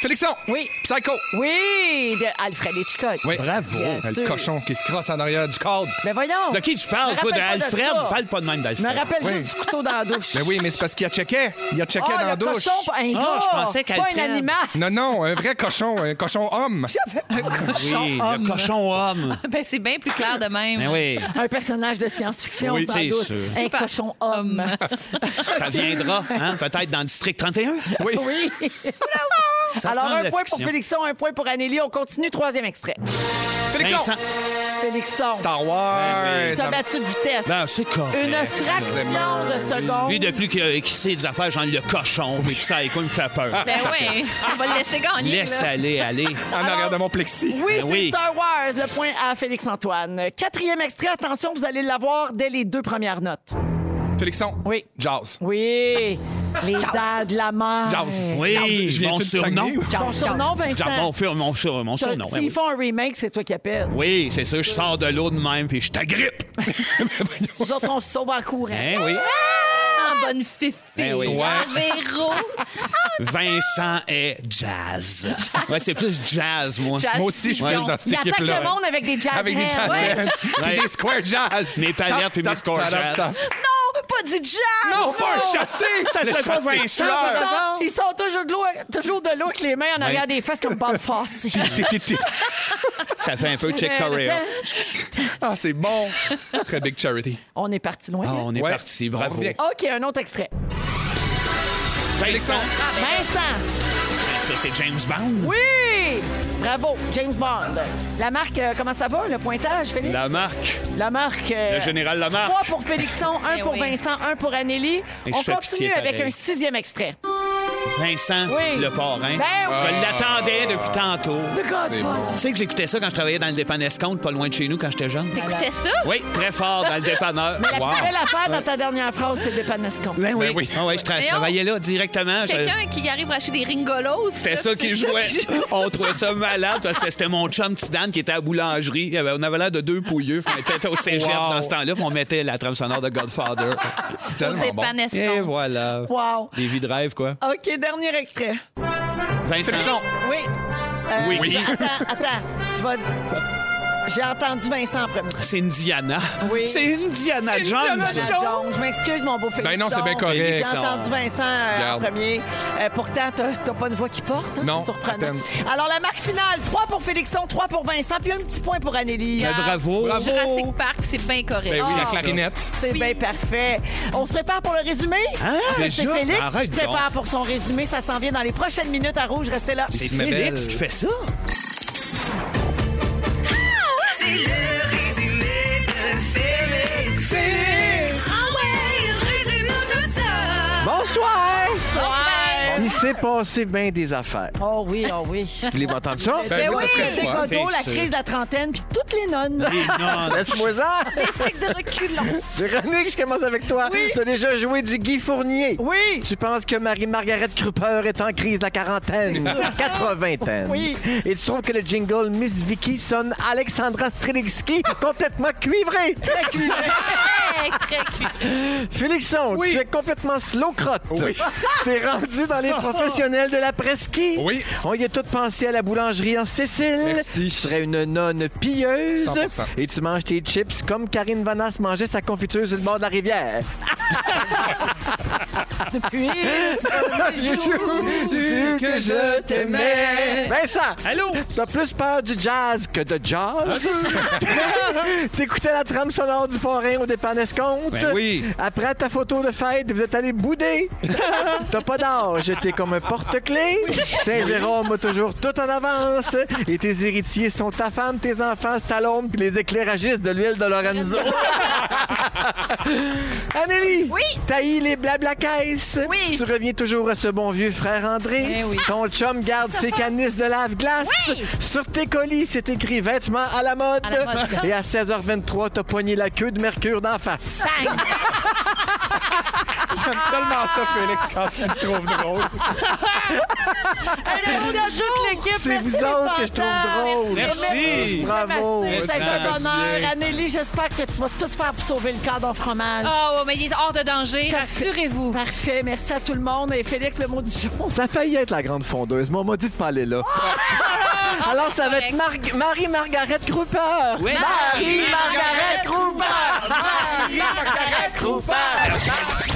Félixon! Oui. Psycho! Oui, de Alfred Hitchcock. Oui. Bravo. Bien Ah, Le sûr. cochon qui se crosse en arrière du cadre. Mais voyons. De qui tu parles, Je toi? me De rappelle pas de Alfred? ça. Parle pas de même Je me d'Alfred. rappelle Oui. juste du couteau dans la douche. Ben oui, mais c'est parce qu'il a checké. Il a checké Ah, dans la le douche. cochon, pas un Ah, gars, je pensais pas qu'Alfred. un animal. <laughs> Non, non, un vrai cochon, un cochon homme. Oui, le cochon homme. <laughs> Ben, c'est bien plus clair de même. Ben oui, Un personnage de science-fiction, Oui, sans c'est doute. sûr. Un cochon <laughs> homme. ça viendra, hein, peut-être dans le district 31. Oui. Ça <laughs> Alors, prend de un la point pour fiction. Félixon, un point pour Anneli. On continue, troisième extrait. Félixon! Vincent. Félixon. Star Wars. Ben oui. T'as battu de vitesse. Non, ben, c'est correct. Une ça. fraction de seconde. Lui, depuis qu'il qu'il sait des affaires, genre le cochon, puis tout ça, et quoi, il me fait peur. Ben oui, on va le laisser gagner. Laisse là. aller, aller. <laughs> En arrière de mon plexi. Oui, Ben c'est oui. Star Wars. Le point à Félix-Antoine. Quatrième extrait, attention, vous allez l'avoir dès les deux premières notes. Félixon. Oui. Jazz. Oui, les dades de la mer. Jazz. Oui, Je viens mon de surnom. Saguenay, ou- Ton surnom, Vincent. Mon, fur- mon, sur- mon surnom. T'as- ben S'ils oui. font un remake, c'est toi qui appelles. Oui, c'est sûr, je sors de l'eau de même, puis je t'agrippe. Nous autres, on se sauve en courant. Oh Hein, <laughs> oui. En bonne fifi. Ben oui. Ouais. En Véro. Vincent est jazz. Ouais, c'est plus jazz, moi. Jazz Moi aussi, je suis fusion. dans cette Il attaque équipe-là. le monde avec des jazz Avec des hands. jazz Ouais. hands. Puis des square jazz. Mes paillettes puis mes Tap, square tap, tap, jazz. tap. Non, pas du jazz. Non, faut un chasser. Ça Le serait pas chasser. Vincent. Ils sont- Ils sont toujours de l'eau, toujours de l'eau avec les mains en arrière des fesses comme Bob <laughs> Fosse. <laughs> Ça fait un peu Check Corea. <laughs> Ah, c'est bon. Très big charity. On est parti loin. Ah, là. on est Ouais. parti, bravo. On revient. OK, un autre extrait. Vincent, Vincent. ça c'est James Bond. Oui! Bravo, James Bond. La marque, euh, comment ça va, le pointage, Félix? La marque. La marque. euh, Le général Lamarck. Trois pour <laughs> Félixon, un Eh pour oui. Vincent, un pour Annélie. Et je On fais pitié, continue avec pareil. un sixième extrait. Vincent, Oui. le parrain. Ben oui. Je l'attendais depuis tantôt. The Godfather. Tu sais que j'écoutais ça quand je travaillais dans le dépanneur Escompte, pas loin de chez nous quand j'étais jeune. T'écoutais ça? Oui, très fort <laughs> dans le dépanneur. La Wow. Euh, plus belle affaire dans ta dernière phrase, c'est le panascon. Ben oui. Ben oui. Ah ouais, je tra- Mais on- travaillais là directement. Je- Quelqu'un qui arrive à acheter des ringolos. C'était ça qui jouait. <laughs> On trouvait ça malade parce que c'était mon chum petit Dan qui était à la boulangerie. Il avait- On avait l'air de deux pouilleux. On était au cégep Wow. dans ce temps-là, puis on mettait la trame sonore de <laughs> Godfather. C'est Ah Tout tellement bon. dépanne Et escompte. voilà. Wow. Des vies de rêve, quoi. OK, dernier extrait. Vincent. Félixon. Oui. Euh, Oui. j'ai- Attends, attends. Je vais dire- J'ai entendu Vincent en premier. C'est Indiana. Oui. C'est Indiana C'est Jones. Indiana Jones. Je m'excuse, mon beau Félix. Ben non, c'est bien correct. J'ai entendu Vincent euh, Garde. en premier. Euh, pourtant, t'as t'as pas de voix qui porte. hein, Non, C'est à surprenant. peine. Alors, la marque finale 3 pour Félixon, 3 pour Vincent, puis un petit point pour Ah, Anneli. Ben, bravo. Bravo. Jurassic Park, c'est bien correct. Ben oui, la Ah. clarinette. C'est bien parfait. On se prépare pour le résumé. Hein? Ah, C'est Hein? Ah, Déjà? Félix Arrête qui se prépare donc. pour son résumé. Ça s'en vient dans les prochaines minutes à Rouge. Restez là. C'est Ismabelle. Félix qui fait ça. C'est le résumé de Félix. Félix! Ah ouais, résume-nous tout ça! Bonsoir! Ouais. Il s'est passé bien des affaires. Oh oui, oh oui. Vous voulez m'entendre ça? Ben Ben oui, oui, ça serait le le fun. dégodeau, la C'est sûr. crise de la trentaine, puis toutes les nonnes. Non. Laisse-moi ça. Classique de reculons. Véronique, je commence avec toi. Tu as déjà joué du Guy Fournier. Oui. Tu penses que Marie-Margaret Krupper est en crise de la quarantaine, quatre-vingtaine. <laughs> Oui. Et tu trouves que le jingle Miss Vicky sonne Alexandra Strelitzky complètement cuivré. Très, très cute. Félixon, tu es complètement slow crotte. <laughs> T'es rendu dans les professionnels de la presqu'île. Oui. On y a tout pensé à la boulangerie en Sicile. Merci. Tu serais une nonne pieuse. 100%. Et tu manges tes chips comme Karine Vanasse mangeait sa confiture sur le bord de la rivière. Puis, J'ai su que je t'aimais. Vincent! Allô? T'as plus peur du jazz que de jazz. T'écoutais la trame sonore du parrain au dépanneur Ben oui. Après ta photo de fête, vous êtes allé bouder. T'as pas d'âge, t'es comme un porte-clés. Saint-Jérôme a toujours tout en avance. Et tes héritiers sont ta femme, tes enfants, Stallone, puis les éclairagistes de l'huile de Lorenzo. Amélie! Oui? Taillis les blabla caisses. Oui. Tu reviens toujours à ce bon vieux frère André. Eh oui. Ton chum garde ses canisses de lave-glace. Oui. Sur tes colis, c'est écrit vêtements à la mode. À la mode. Et à 16h23, t'as poigné la queue de Mercure d'en face. Bang. J'aime tellement ça, Félix, quand tu le trouves drôle. merci à toute l'équipe. C'est Merci vous les autres que je trouve fantasmes. drôle. Merci. Bravo. Merci, ça Ça a été fait un du honneur. bien. Anneli, j'espère que tu vas tout faire pour sauver le cadre en fromage. <laughs> Oh, mais il est hors de danger. Rassurez-vous. Parfait. Merci à tout le monde. Et Félix, le mot du jour. Ça a failli être la grande fondeuse, mais on m'a dit de pas aller là. Alors, ça va être Mar- Marie-Margaret Cooper. Oui. Marie-Margaret Cooper. Marie-Margaret Cooper.